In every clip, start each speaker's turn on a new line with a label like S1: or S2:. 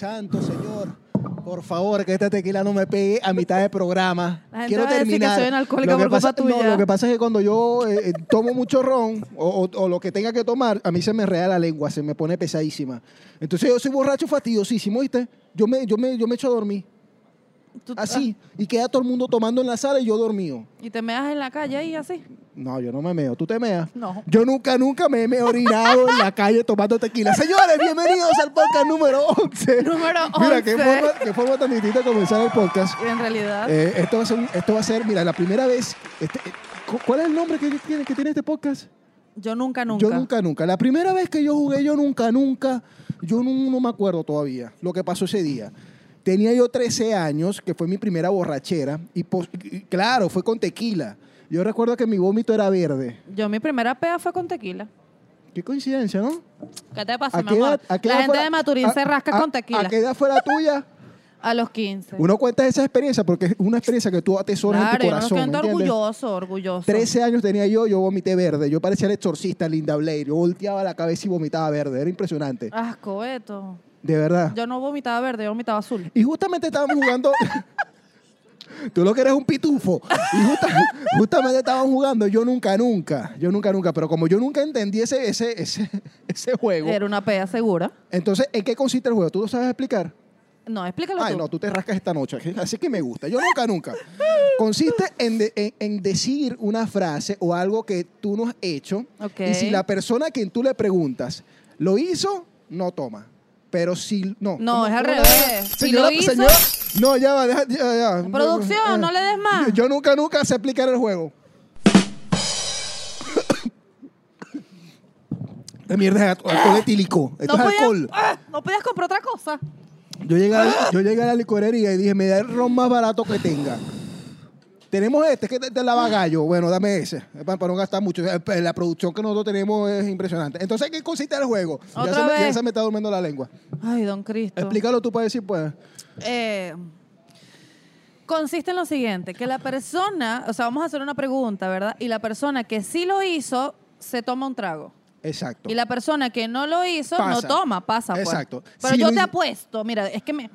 S1: Santo Señor. Por favor, que esta tequila no me pegue a mitad de programa.
S2: La gente
S1: Quiero
S2: va a decir que
S1: terminar.
S2: soy una alcohólica por
S1: pasa,
S2: culpa tuya.
S1: No, lo que pasa es que cuando yo eh, eh, tomo mucho ron o, o- o lo que tenga que tomar, a mí se me rea la lengua, se me pone pesadísima. Entonces yo soy borracho fastidiosísimo, ¿viste? Yo me, yo me, yo me echo a dormir.
S2: Tú-
S1: Así. Y queda todo el mundo tomando en la sala y yo dormido.
S2: ah, Y te meas en la calle y así.
S1: No, yo no me meo. ¿Tú te meas?
S2: No.
S1: Yo nunca, nunca me he orinado en la calle tomando tequila. Señores, bienvenidos al podcast número 11.
S2: Número
S1: Mira, qué
S2: 11.
S1: forma, qué forma tan distinta de comenzar el podcast.
S2: Y en realidad,
S1: Eh, esto, va a ser, un- esto va a ser, mira, la primera vez. este, eh, cu- ¿Cuál es el nombre que tiene, que tiene este podcast?
S2: yo nunca, nunca.
S1: Yo nunca, nunca. La primera vez que yo jugué, yo nunca, nunca. Yo no, no me acuerdo todavía lo que pasó ese día. Tenía yo 13 años, que fue mi primera borrachera. Y, pos- y claro, fue con tequila. Yo recuerdo que mi vómito era verde.
S2: Yo mi primera pea fue con tequila.
S1: Qué coincidencia, ¿no?
S2: ¿Qué te
S1: ¿A
S2: pasa, mi
S1: qué
S2: amor?
S1: edad- a qué
S2: la
S1: edad
S2: gente
S1: fuera-
S2: de Maturín
S1: a-
S2: se rasca
S1: a-
S2: con tequila.
S1: ¿A qué edad fuera tuya?
S2: A los 15.
S1: Uno cuenta esa experiencia porque es una experiencia que tú atesoras en
S2: claro,
S1: tu
S2: yo me
S1: corazón.
S2: siento
S1: ¿entiendes?
S2: orgulloso, orgulloso.
S1: 13 años tenía yo, yo vomité verde. Yo parecía el exorcista Linda Blair. Yo volteaba la cabeza y vomitaba verde. Era impresionante.
S2: Asco, Beto.
S1: De verdad.
S2: Yo no vomitaba verde, yo vomitaba azul.
S1: Y justamente estábamos jugando. Tú lo que eres un pitufo. Y justa- justamente estaban jugando yo nunca, nunca. Yo nunca, nunca. Pero como yo nunca entendí ese, ese, ese, ese juego.
S2: Era una pea segura.
S1: Entonces, ¿en qué consiste el juego? ¿Tú lo sabes explicar?
S2: No, explícalo
S1: Ay,
S2: tú.
S1: no, tú te rascas esta noche. Así que me gusta. Yo nunca, nunca. Consiste en, de- en- en decir una frase o algo que tú no has hecho.
S2: Ok.
S1: Y si la persona a quien tú le preguntas lo hizo, no toma. Pero si no.
S2: No,
S1: ¿Cómo-
S2: es al
S1: cómo la-
S2: revés. Si
S1: Señora,
S2: lo hizo-
S1: señora- no, ya va, deja- ya, ya.
S2: Producción,
S1: Eh,
S2: no le des más.
S1: Yo, yo nunca, nunca sé explicar el juego. La mierda es alcohol etílico. Esto es
S2: podías-
S1: alcohol.
S2: ¡Ah! no podías comprar otra cosa.
S1: Yo llegué, a
S2: ¡Ah!
S1: la, yo llegué a la licorería y dije, me da el ron más barato que tenga. Tenemos este, que te, te lava gallo. Bueno, dame ese, pa- para, no gastar mucho. Eh, pues, La producción que nosotros tenemos es impresionante. Entonces, ¿qué consiste el juego? Ya
S2: Otra
S1: se, me, ya
S2: vez.
S1: se me está durmiendo la lengua.
S2: Ay, don Cristo.
S1: Explícalo tú para decir, pues.
S2: Eh, consiste en lo siguiente, que la persona, o sea, vamos a hacer una pregunta, ¿verdad? Y la persona que sí lo hizo, se toma un trago.
S1: Exacto.
S2: Y la persona que no lo hizo,
S1: Pasa.
S2: no toma, pasa. pues.
S1: Exacto.
S2: Pero
S1: Si
S2: yo
S1: lo hi-
S2: te apuesto, mira, es que me...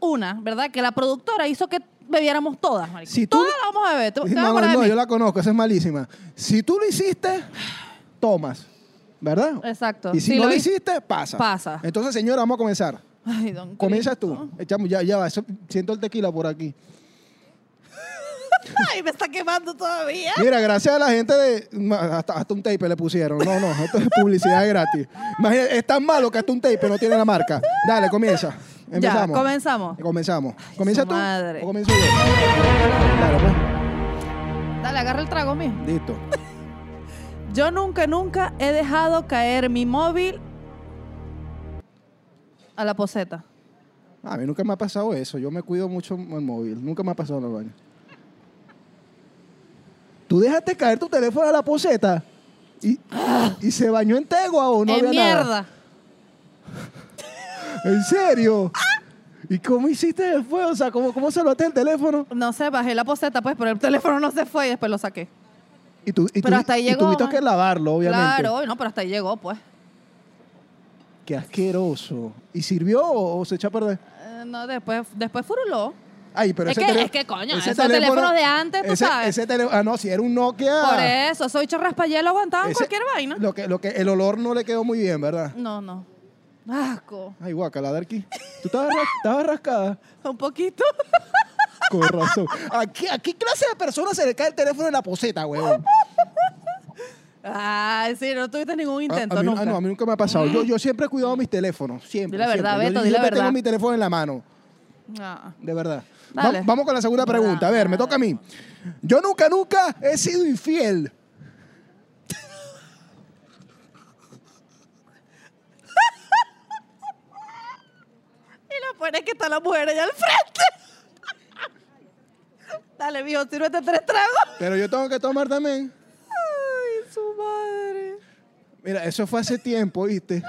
S2: Una, ¿verdad? Que la productora hizo que bebiéramos todas, marico.
S1: Si tú-
S2: Todas las vamos a beber. ¿Tú- te vas a
S1: No, no,
S2: acordar de
S1: no,
S2: mí?
S1: yo la conozco, esa es malísima. Si tú lo hiciste, tomas. ¿Verdad?
S2: Exacto.
S1: Y si,
S2: Si
S1: no
S2: lo
S1: lo
S2: hi-
S1: hiciste, pasa.
S2: Pasa.
S1: Entonces, señora, vamos a comenzar.
S2: Ay, don
S1: Comienzas
S2: Cristo.
S1: tú. Echamos, ya, ya va. eso- siento el tequila por aquí.
S2: Ay, me está quemando todavía.
S1: Mira, gracias a la gente de. ma- Hasta, hasta un tape le pusieron. No, no, esto es publicidad gratis. Imagínate, es tan malo que hasta un tape no tiene la marca. Dale, comienza. Empezamos.
S2: comenzamos.
S1: Comenzamos. ¿Comienza
S2: su
S1: tú?
S2: madre.
S1: ¿O comienzo yo? Claro, pues.
S2: Dale, agarra el trago mismo.
S1: Listo.
S2: Yo nunca, nunca he dejado caer mi móvil a la poseta.
S1: A mí nunca me ha pasado eso. Yo me cuido mucho el móvil. Nunca me ha pasado en el baño. Tú dejaste caer tu teléfono a la poseta y, y se bañó en Tegua o no
S2: ¡Eh,
S1: había
S2: mierda!
S1: nada. ¿En serio? ¿Y cómo hiciste después? O sea, ¿cómo, cómo salvaste el teléfono?
S2: No sé, bajé la poseta, pues, pero el teléfono no se fue y después lo saqué.
S1: Y, tú, y,
S2: Pero
S1: tuvi-
S2: hasta ahí
S1: y
S2: llegó,
S1: tuviste
S2: ¿eh?
S1: que lavarlo, obviamente.
S2: Claro, no, pero hasta ahí llegó, pues.
S1: Qué asqueroso. ¿Y sirvió o, o se echó a perder?
S2: Eh, no, después, después furuló.
S1: Ay, pero
S2: Es
S1: ese
S2: que-
S1: tele-
S2: es que, coño, esos teléfonos de antes, tú
S1: ese-
S2: sabes.
S1: Ese teléfono, ah, no, si era un Nokia.
S2: Por eso, esos bichos raspayelos aguantaban
S1: Ah. ese-
S2: cualquier vaina.
S1: Lo que, lo que, el olor no le quedó muy bien, ¿verdad?
S2: No, no. Asco.
S1: Ay, guacala, Darky. Tú estabas, ras- estabas rascada.
S2: Un poquito.
S1: Con razón. ¿A qué, a qué clase de persona se le cae el teléfono en la poseta, huevón?
S2: Ay, sí, no tuviste ningún
S1: A-
S2: intento
S1: a, mí,
S2: nunca.
S1: ah, no, a mí nunca me ha pasado. Yo, yo siempre he cuidado mis teléfonos. Siempre.
S2: Di la verdad,
S1: siempre. Yo-
S2: Beto,
S1: yo
S2: di la
S1: siempre tengo
S2: verdad.
S1: mi teléfono en la mano.
S2: Ah.
S1: De verdad.
S2: Dale.
S1: Va- vamos con la segunda pregunta. A ver, me toca a mí. Yo nunca, nunca he sido infiel.
S2: Y lo peor es que está la mujer allá al frente. Dale, mijo, sírvete tres tragos.
S1: Pero yo tengo que tomar también.
S2: Ay, su madre.
S1: Ah, Mira, eso fue hace tiempo, ¿viste?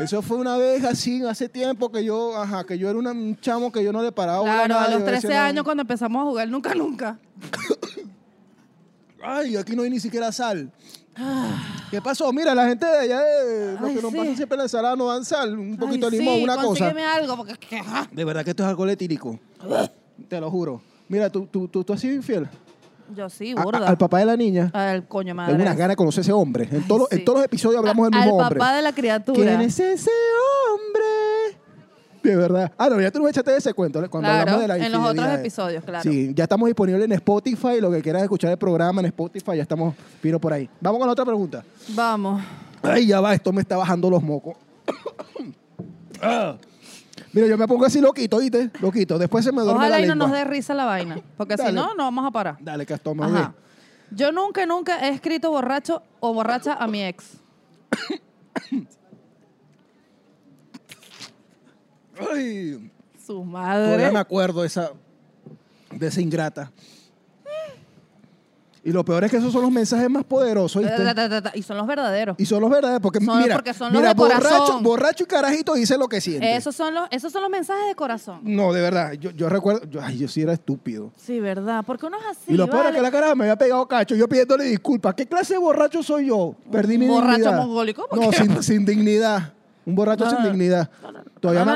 S1: Eso fue una vez así, hace tiempo que yo, ajá, que yo era una- un chamo que yo no le paraba. bola
S2: Claro, a
S1: nadie,
S2: los
S1: yo decía,
S2: 13
S1: no,
S2: años cuando empezamos a jugar, nunca, nunca.
S1: Ay, aquí no hay ni siquiera sal. ¿Qué pasó? Mira, la gente de allá, eh, los
S2: Ay,
S1: que nos
S2: sí.
S1: pasan siempre la ensalada no dan sal, un poquito
S2: Ay,
S1: de limón,
S2: sí,
S1: una cosa.
S2: consígueme algo, porque es que, ah,
S1: De verdad que esto es algo letírico. Te lo juro. Mira, tú, tú, tú, tú has sido infiel.
S2: Yo sí,
S1: A- a-
S2: burda.
S1: al papá de la niña.
S2: Al coño madre.
S1: Tengo unas ganas de conocer a ese hombre. En,
S2: Ay,
S1: todos los-
S2: sí.
S1: en todos los episodios hablamos
S2: A-
S1: del mismo
S2: Al
S1: hombre.
S2: papá de la criatura.
S1: ¿Quién es ese hombre? De verdad. Ah, no, ya tú nos echaste ese cuento ¿eh? cuando
S2: Claro,
S1: hablamos de la
S2: en los otros
S1: infidelidad.
S2: episodios, claro.
S1: Sí, ya estamos disponibles en Spotify. Lo que quieras escuchar el programa en Spotify, ya estamos piro por ahí. Vamos con la otra pregunta.
S2: Vamos.
S1: Ay, ya va, esto me está bajando los mocos. Ah. Mira, yo me pongo así loquito, ¿viste? Loquito. Después se me duerme
S2: Ojalá
S1: la
S2: y no
S1: lengua.
S2: nos dé risa la vaina, porque si
S1: Dale.
S2: no, no vamos a parar.
S1: Dale, que esto me
S2: Ajá. Yo nunca, nunca he escrito borracho o borracha a mi ex.
S1: duele. Ay,
S2: Su
S1: todavía me
S2: madre.
S1: acuerdo de esa, de esa ingrata. Y lo peor es que esos son los mensajes más poderosos, ¿viste?
S2: Ta, ta, ta, ta, Y son los verdaderos.
S1: Y son los verdaderos, porque
S2: Son-
S1: mira,
S2: porque son los
S1: mira
S2: de corazón.
S1: borracho, borracho y carajito dice lo que siente.
S2: Esos son los, esos son los mensajes de corazón.
S1: No, de verdad, yo, yo recuerdo, yo, ay, yo sí era estúpido.
S2: Sí, ¿verdad? Porque uno es así.
S1: y lo peor es
S2: vale.
S1: que la cara me había pegado cacho, yo pidiéndole disculpas. ¿Qué clase de borracho soy yo? Perdí mi
S2: Borracho
S1: dignidad.
S2: mongólico, ¿por
S1: No,
S2: qué?
S1: sin, sin dignidad. Un borracho
S2: No,
S1: sin
S2: no, no.
S1: dignidad. Todavía, me, todavía me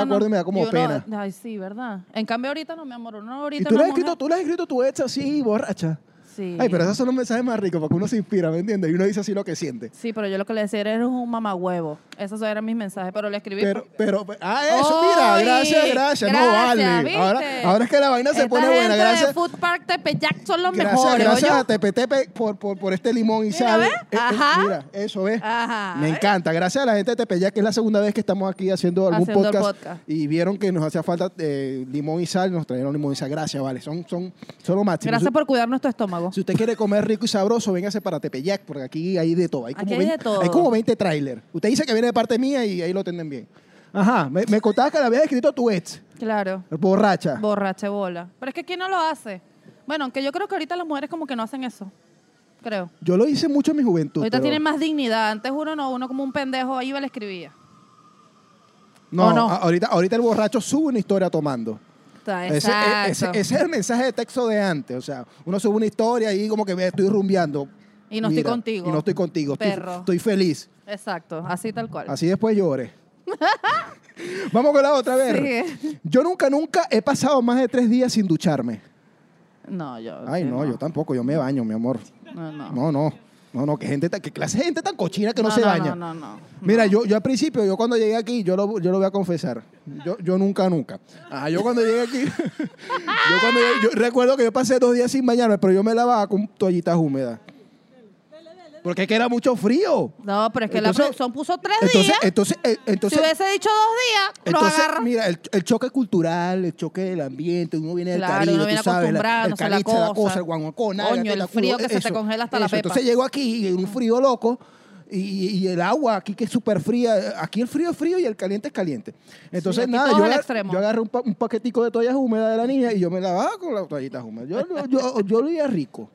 S1: acuerdo y me da como
S2: Y uno-
S1: pena.
S2: ay, sí, ¿verdad? En cambio, ahorita no, mi amor. Uno ahorita
S1: y tú
S2: no
S1: le has
S2: es
S1: escrito,
S2: mujer.
S1: tú le has escrito a tu ex así, borracha.
S2: Sí.
S1: Ay, pero esos son los mensajes más ricos, porque uno se inspira, ¿me entiendes? Y uno dice así lo que siente.
S2: Sí, pero yo lo que le decía era eres un mamagüevo. Esos eran mis mensajes, pero le escribí.
S1: Pero, pero, ah, eso,
S2: ¡Ay!
S1: mira, gracias, gracias, no
S2: Gracias,
S1: vale.
S2: ¿viste?
S1: Ahora, ahora es que la vaina se
S2: Esta
S1: pone buena,
S2: gente de
S1: gracias.
S2: Food Park Tepeyac son los
S1: Gracias,
S2: mejores,
S1: gracias
S2: ¿oyó?
S1: a TPTP por, por, por este limón y
S2: Mira,
S1: sal.
S2: ¿ves?
S1: Eh, eh,
S2: Ajá.
S1: mira, eso ves.
S2: Ajá.
S1: Me encanta. Gracias a la gente de Tepeyac, que es la segunda vez que estamos aquí haciendo algún
S2: Haciendo el
S1: podcast,
S2: podcast.
S1: Y vieron que nos hacía falta eh, limón y sal, nos trajeron limón y sal. Gracias, vale. Son, son, son lo máximo.
S2: Gracias
S1: Si-
S2: por cuidar nuestro estómago.
S1: Si usted quiere comer rico y sabroso, véngase para Tepeyac, porque aquí hay de todo. Hay como,
S2: Aquí hay
S1: 20,
S2: de todo.
S1: hay como 20 trailers. Usted dice que viene de parte mía y ahí lo tienen bien. Ajá, me, me contabas que la habías escrito a tu ex,
S2: Claro.
S1: borracha.
S2: Borrache bola. Pero es que ¿quién no lo hace? Bueno, aunque yo creo que ahorita las mujeres como que no hacen eso. Creo.
S1: Yo lo hice mucho en mi juventud.
S2: Ahorita
S1: pero-
S2: tienen más dignidad. Antes uno no, uno como un pendejo iba y le escribía.
S1: No,
S2: ¿o no?
S1: a- ahorita, ahorita el borracho sube una historia tomando.
S2: Está,
S1: Ese, e- ese-
S2: exacto.
S1: ese es el mensaje de texto de antes. O sea, uno sube una historia y como que "Ve, estoy rumbeando.
S2: Y no estoy contigo.
S1: Y no estoy contigo. Estoy,
S2: Perro.
S1: estoy feliz.
S2: Exacto. Así tal cual.
S1: Así después llore. Vamos con la otra vez.
S2: Sigue.
S1: Yo nunca, nunca he pasado más de tres días sin ducharme.
S2: No, yo.
S1: Ay,
S2: sí,
S1: no, yo tampoco. Yo me baño, mi amor.
S2: No, no.
S1: No, no. No, no, qué, gente tan- qué clase de gente tan cochina que no,
S2: No,
S1: se
S2: no,
S1: baña.
S2: no, no, no.
S1: Mira, yo, yo al principio, yo cuando llegué aquí, yo lo, yo lo voy a confesar. Yo, yo nunca, nunca. Ah, yo cuando llegué aquí, yo, cuando llegué- yo recuerdo que yo pasé dos días sin bañarme, pero yo me lavaba con toallitas húmedas. Porque es que era mucho frío.
S2: No, pero es que
S1: Entonces-
S2: la producción puso tres
S1: Entonces,
S2: días.
S1: entonces, eh, entonces,
S2: si hubiese dicho dos días,
S1: entonces,
S2: lo agarra.
S1: mira, el, el choque cultural, el choque del ambiente, uno viene del
S2: Claro,
S1: Caribe,
S2: uno viene
S1: tú sabes, la, el
S2: acostumbrándose a la
S1: caliche, la
S2: cosa.
S1: cosa, el guanaco, nada,
S2: Coño,
S1: que
S2: el
S1: la
S2: frío
S1: culo,
S2: que se te congela hasta la pepa.
S1: Entonces llego aquí, y un frío loco, y, y el agua aquí que es súper fría, aquí el frío es frío y el caliente es caliente. Entonces,
S2: aquí
S1: nada,
S2: todo
S1: yo,
S2: al
S1: agar-
S2: extremo.
S1: yo agarré un, pa- un paquetico de toallas húmedas de la niña y yo me lavaba con las toallitas húmedas. Yo, yo, yo, yo lo iba rico.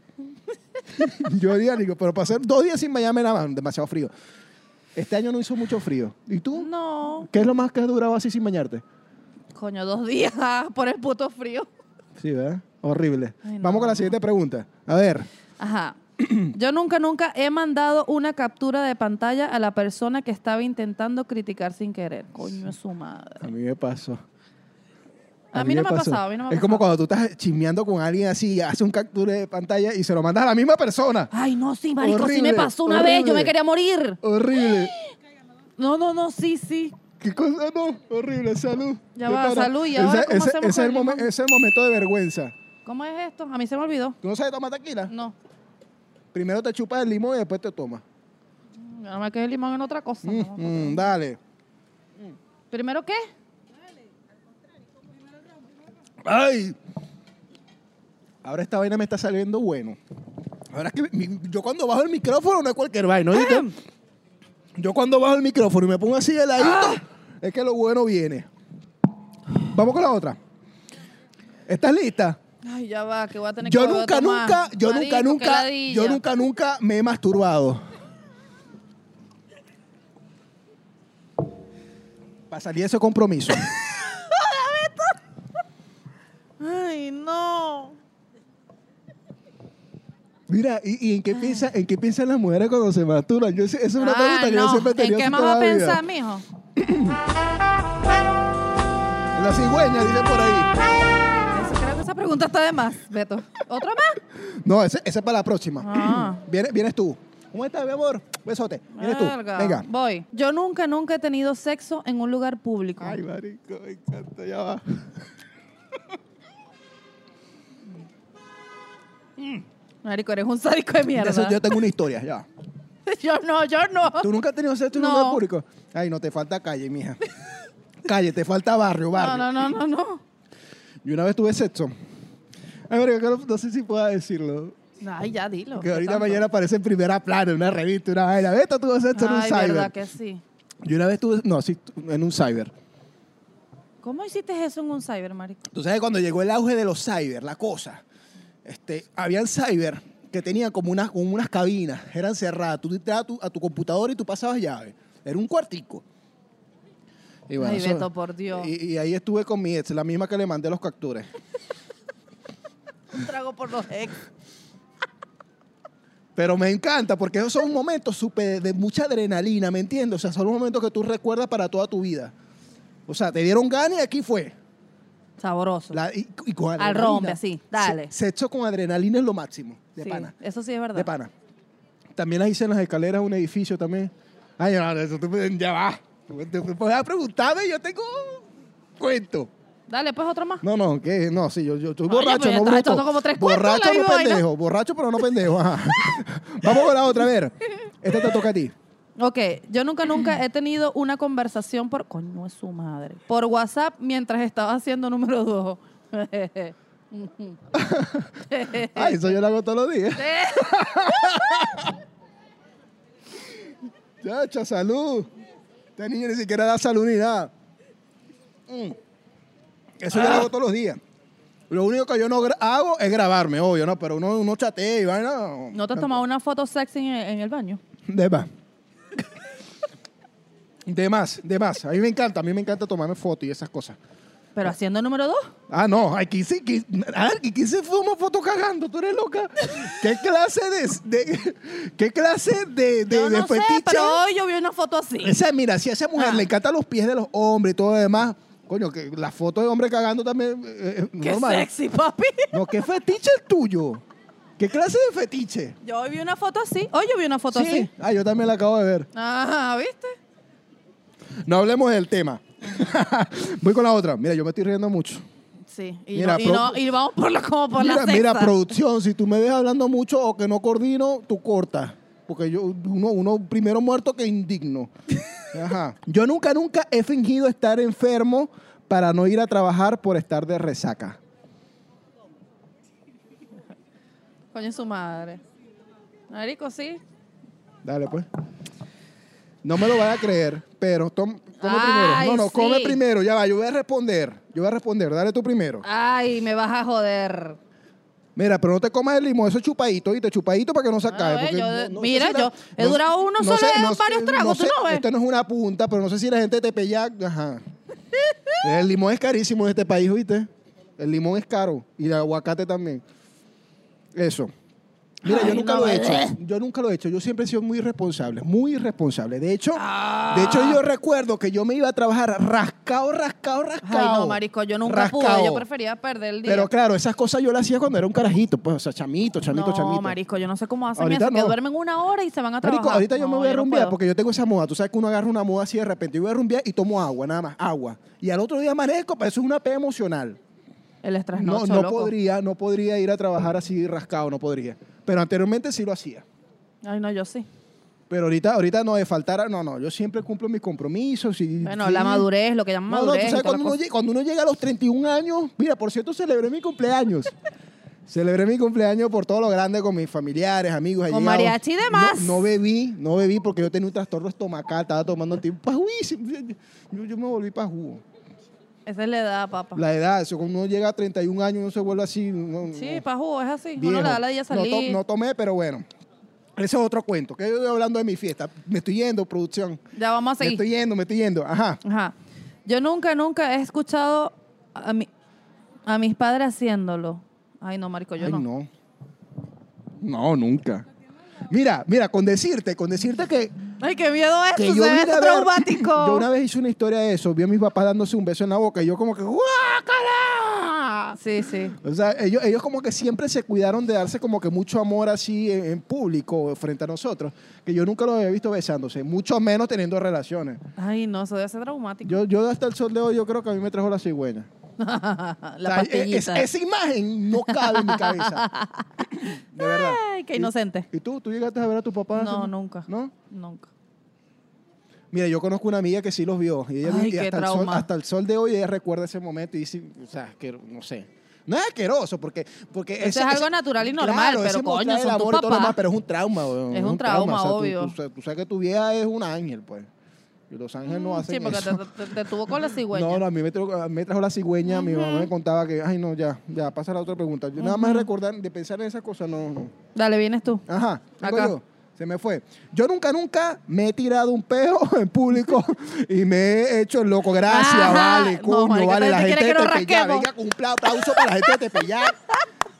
S1: yo olía rico, pero pasé dos días sin Miami nada más, demasiado frío. Este año no hizo mucho frío. ¿Y tú?
S2: No,
S1: ¿Qué es lo más que has durado así sin bañarte?
S2: coño, dos días por el puto frío.
S1: Sí, ¿verdad? Horrible.
S2: Ay, no.
S1: Vamos con la siguiente pregunta. A ver.
S2: Ajá. Yo nunca, nunca he mandado una captura de pantalla a la persona que estaba intentando criticar sin querer. Coño, es su madre.
S1: A mí me pasó.
S2: A mí no me ha pasado, a mí no me ha
S1: Es como
S2: pasado.
S1: cuando tú estás chismeando con alguien así, hace un capture de pantalla y se lo mandas a la misma persona.
S2: Ay, no, sí, marico, sí
S1: Horrible,
S2: me pasó una vez, yo
S1: horrible.
S2: me quería morir.
S1: Horrible.
S2: No, no, no, sí, sí.
S1: ¿Qué cosa? No, horrible. Salud.
S2: Ya
S1: Qué
S2: va,
S1: pena.
S2: salud, ¿y
S1: Ese-
S2: ahora cómo
S1: ese-
S2: hacemos
S1: ese
S2: con
S1: es el
S2: el
S1: momen-
S2: limón?
S1: ese es el momento de vergüenza.
S2: ¿Cómo es esto? A mí se me olvidó.
S1: ¿Tú no sabes tomar tequila?
S2: No,
S1: Primero te chupas el limón y después te tomas.
S2: no me quedé limón en otra cosa.
S1: Mm,
S2: no.
S1: mm, dale.
S2: ¿Primero qué?
S1: ¡Ay! Ahora esta vaina me está saliendo bueno. Ahora es que mi- yo cuando bajo el micrófono no es cualquier vaina, ¿oíste? Yo cuando bajo el micrófono y me pongo así de ladito, es que lo bueno viene. Vamos con la otra. ¿Estás lista?
S2: Ay, ya va, que voy a tener
S1: Yo
S2: que volver a
S1: nunca,
S2: tomar.
S1: nunca, yo
S2: Marico,
S1: nunca,
S2: qué
S1: nunca,
S2: ladilla.
S1: yo nunca, nunca me he masturbado. Para salir de ese compromiso.
S2: Ay, no.
S1: Mira, ¿y, y en, qué piensa, en qué piensan las mujeres cuando se masturban? Yo, sé- esa es una pregunta
S2: Ah. Ah,
S1: que yo
S2: no.
S1: siempre he
S2: ¿En
S1: tenido
S2: qué
S1: así
S2: más
S1: toda
S2: va a
S1: la vida.
S2: pensar, mijo?
S1: En la cigüeña, dicen por ahí.
S2: Eso, creo que esa pregunta está de más, Beto. ¿Otro más?
S1: No, esa, esa es para la próxima.
S2: Ah.
S1: Vienes, vienes tú. ¿Cómo estás, mi amor? Besote. Vienes tú.
S2: Verga.
S1: Venga.
S2: Voy. Yo nunca, nunca he tenido sexo en un lugar público.
S1: Ay, marico, me encanta, ya va.
S2: Marico, eres un sádico de mierda.
S1: Eso, yo tengo una historia, ya va.
S2: Yo no, yo no.
S1: ¿Tú nunca has tenido sexo en un
S2: No.
S1: lugar público? Ay, no, te falta calle, mija. calle, te falta barrio, barrio.
S2: No, no, no, no, no.
S1: Y una vez tuve sexo. Ay, marico, que no, no sé si pueda decirlo.
S2: Ay, ya dilo.
S1: Que
S2: ¿qué
S1: ahorita
S2: tanto?
S1: mañana aparece en primera plana, en una revista, una vaina. Vete, tuve sexo en un
S2: Ay, verdad
S1: cyber.
S2: que sí.
S1: Yo una vez tuve, no, sí, tu- en un cyber.
S2: ¿Cómo hiciste eso en un cyber, marico?
S1: Tú sabes cuando llegó el auge de los cyber, la cosa. Este, habían cyber que tenían como unas, como unas cabinas, eran cerradas. Tú entrabas a tu, a tu computadora y tú pasabas llave. Era un cuartico. Y
S2: Ay, Beto, por Dios.
S1: Y, y ahí estuve con mi ex, la misma que le mandé los captures.
S2: Un trago por los ex.
S1: Pero me encanta porque esos son momentos súper de mucha adrenalina, ¿me entiendes? O sea, son momentos que tú recuerdas para toda tu vida. O sea, te dieron ganas y aquí fue.
S2: Sabroso.
S1: La- y, y con
S2: Al
S1: adrenalina.
S2: rompe, así, dale.
S1: Se- sexo con adrenalina es lo máximo, de
S2: Sí,
S1: pana.
S2: Eso sí es verdad.
S1: De pana. También las hice en las escaleras de un edificio también. Ay, no, no, eso tú me- ya va. Tú me- Tú me puedes preguntarme, yo tengo un cuento.
S2: Dale, pues otro más.
S1: No, no, que no, sí, yo, yo estoy
S2: Coño,
S1: borracho,
S2: pero ya
S1: no
S2: estás
S1: bruto.
S2: echando como tres cuentos en la
S1: borracho, no
S2: misma vaina.
S1: pendejo. Borracho, pero no pendejo. ajá. Vamos con la otra, a ver. Esta te toca a ti.
S2: Ok, yo nunca, nunca he tenido una conversación por. Coño, es su madre. Por WhatsApp mientras estaba haciendo número dos.
S1: Ay, eso yo lo hago todos los días. Chacha, salud. Este niño ni siquiera da salud ni nada. Mm. Eso yo lo hago todos los días. Lo único que yo no gra- hago es grabarme, obvio, ¿no? Pero uno, uno chatea y vaina.
S2: ¿No te has tomado una foto sexy en, en el baño?
S1: De más. De más, de más. A mí me encanta, a mí me encanta tomarme fotos y esas cosas.
S2: Pero
S1: Eh.
S2: haciendo número dos.
S1: Ah, no, aquí sí, aquí, ah, aquí se fuma foto cagando, tú eres loca. ¿Qué clase de, de- qué clase de, de,
S2: yo
S1: de
S2: no sé,
S1: fetiche?
S2: pero hoy yo vi una foto así.
S1: Esa, mira, si a esa mujer
S2: Ah.
S1: le encantan los pies de los hombres y todo lo demás, coño, que la foto de hombre cagando también eh, eh,
S2: Qué
S1: normal.
S2: sexy, papi.
S1: No, ¿qué fetiche el tuyo? ¿Qué clase de fetiche?
S2: Yo hoy vi una foto así. Hoy yo vi una foto así.
S1: Ah, yo también la acabo de ver.
S2: Ajá, ¿viste?
S1: No hablemos del tema. Voy con la otra. Mira, yo me estoy riendo mucho.
S2: Sí. Y,
S1: Mira,
S2: no- y
S1: pro-
S2: no- y vamos por la, como por
S1: mira,
S2: la
S1: mira,
S2: sexta.
S1: producción, si tú me ves hablando mucho o que no coordino, tú cortas. Porque yo, uno, uno primero muerto que indigno. Ajá. Yo nunca, nunca he fingido estar enfermo para no ir a trabajar por estar de resaca.
S2: Coño, su madre. Marico, sí.
S1: Dale, pues. No me lo van a creer, pero tom- come
S2: Ay,
S1: primero. No, no,
S2: sí.
S1: come primero. Ya va, yo voy a responder. Yo voy a responder. Dale tú primero.
S2: Ay, me vas a joder.
S1: Mira, pero no te comas el limón, eso es chupadito, y te chupadito para que no se
S2: Ah,
S1: acabe.
S2: ve,
S1: porque
S2: yo-
S1: no- no
S2: mira,
S1: sé si
S2: yo he durado uno solo de varios tragos, ¿tú
S1: sé,
S2: no ves?
S1: Esto no es una punta, pero no sé si la gente de Tepeyac, ajá. el limón es carísimo en este país, ¿viste? El limón es caro y el aguacate también. Eso. Mira, yo
S2: Ay,
S1: nunca
S2: no,
S1: lo he hecho.
S2: bebé.
S1: Yo nunca lo he hecho. Yo siempre he sido muy responsable, muy responsable. De hecho, de hecho yo recuerdo que yo me iba a trabajar rascado, rascado, rascado.
S2: Ah. Ay, no, marico, yo nunca pude. Yo
S1: Rascado.
S2: prefería perder el día.
S1: Pero claro, esas cosas yo las hacía cuando era un carajito, pues, o sea, chamito, chamito,
S2: no,
S1: chamito.
S2: marico, yo no sé cómo hacen
S1: Ahorita
S2: eso, que
S1: no.
S2: duermen una hora y se van a trabajar.
S1: Marico, ahorita yo
S2: No,
S1: me voy a
S2: no
S1: rumbear
S2: puedo.
S1: porque yo tengo esa moda. Tú sabes que uno agarra una moda así de repente. Yo voy a rumbear y tomo agua, nada más, agua. Y al otro día amanezco, pero eso es una pea emocional.
S2: El estrés
S1: No,
S2: no,
S1: no podría, no podría ir a trabajar así rascado, no podría. Pero anteriormente sí lo hacía.
S2: Ay, no, yo sí.
S1: Pero ahorita, ahorita no de faltar, a- no, no, yo siempre cumplo mis compromisos. Y,
S2: Bueno,
S1: sí.
S2: la madurez, lo que llaman
S1: No, no, tú
S2: madurez. y
S1: sabes
S2: toda la
S1: cuando uno,
S2: cosa.
S1: llega, cuando uno llega a los 31 años, mira, por cierto, celebré mi cumpleaños. celebré mi cumpleaños por todo lo grande con mis familiares, amigos.
S2: Con
S1: allegados.
S2: mariachi y demás.
S1: No, no bebí, no bebí porque yo tenía un trastorno estomacal, estaba tomando tiempo. Yo, yo me volví para jugo.
S2: Esa es la edad, papá.
S1: La edad, eso, cuando uno llega a 31 años, uno se vuelve así. no-
S2: Sí,
S1: no,
S2: pa' jugo, es así.
S1: viejo.
S2: Uno le da la idea
S1: No to-
S2: salir.
S1: no tomé, pero bueno. Ese es otro cuento. Que yo estoy hablando de mi fiesta. Me estoy yendo, producción.
S2: Ya vamos a
S1: Me
S2: seguir.
S1: estoy yendo, me estoy yendo. Ajá.
S2: Ajá. Yo nunca, nunca he escuchado a, mi- a mis padres haciéndolo. Ay, no, marico, yo
S1: Ay,
S2: no.
S1: no. No, nunca. Mira, mira, con decirte, con decirte que,
S2: Ay, qué miedo esto,
S1: que
S2: se
S1: yo
S2: ve
S1: vine a ver-
S2: traumático.
S1: Yo una vez hice una historia de eso, vi a mis papás dándose un beso en la boca y yo como que ¡guácala!
S2: Sí, sí.
S1: O sea, ellos, ellos como que siempre se cuidaron de darse como que mucho amor así en, en público frente a nosotros, que yo nunca los había visto besándose, mucho menos teniendo relaciones.
S2: Ay, no, eso debe ser traumático.
S1: Yo, yo hasta el sol de hoy yo creo que a mí me trajo la cigüeña.
S2: La
S1: O sea, es-
S2: pastillita.
S1: esa imagen no cabe en mi cabeza. De verdad.
S2: Ay, qué inocente.
S1: ¿Y tú? ¿Tú llegaste a ver a tu papá?
S2: No,
S1: hace-
S2: nunca.
S1: ¿No?
S2: Nunca.
S1: Mira, yo conozco una amiga que sí los vio. Y, ella,
S2: Ay,
S1: y
S2: qué
S1: hasta, el sol,
S2: trauma.
S1: hasta el sol de hoy ella recuerda ese momento y dice, o sea, que, no sé. No es asqueroso, porque. porque
S2: Eso es algo natural y normal, pero
S1: ese
S2: coño,
S1: mostrar el
S2: son tus
S1: amor y todo lo
S2: papás.
S1: demás, pero es un trauma, weón,
S2: Es un trauma,
S1: O sea, tú-
S2: obvio.
S1: Tú, tú sabes que tu vieja es un ángel, pues. Y los ángeles no hacen
S2: Mm, sí, porque
S1: eso.
S2: te, te- te tuvo con la cigüeña.
S1: No, no, a mí me trajo, me trajo la cigüeña, mi mamá me contaba que, ay, no, ya, ya, pasa la otra pregunta. Yo nada más recordar, de pensar en esas cosas, no, no.
S2: Dale, vienes tú.
S1: Ajá, vengo
S2: Acá.
S1: yo. Se me fue. Yo nunca, nunca me he tirado un peo en público y me he hecho el loco. Gracias,
S2: Ajá.
S1: vale,
S2: No,
S1: coño,
S2: marica,
S1: vale.
S2: ¿te
S1: La
S2: quiere
S1: gente
S2: que
S1: de
S2: nos
S1: Tepeyá.
S2: rasquemos?
S1: Venga, con un aplauso para la gente de Tepeyac.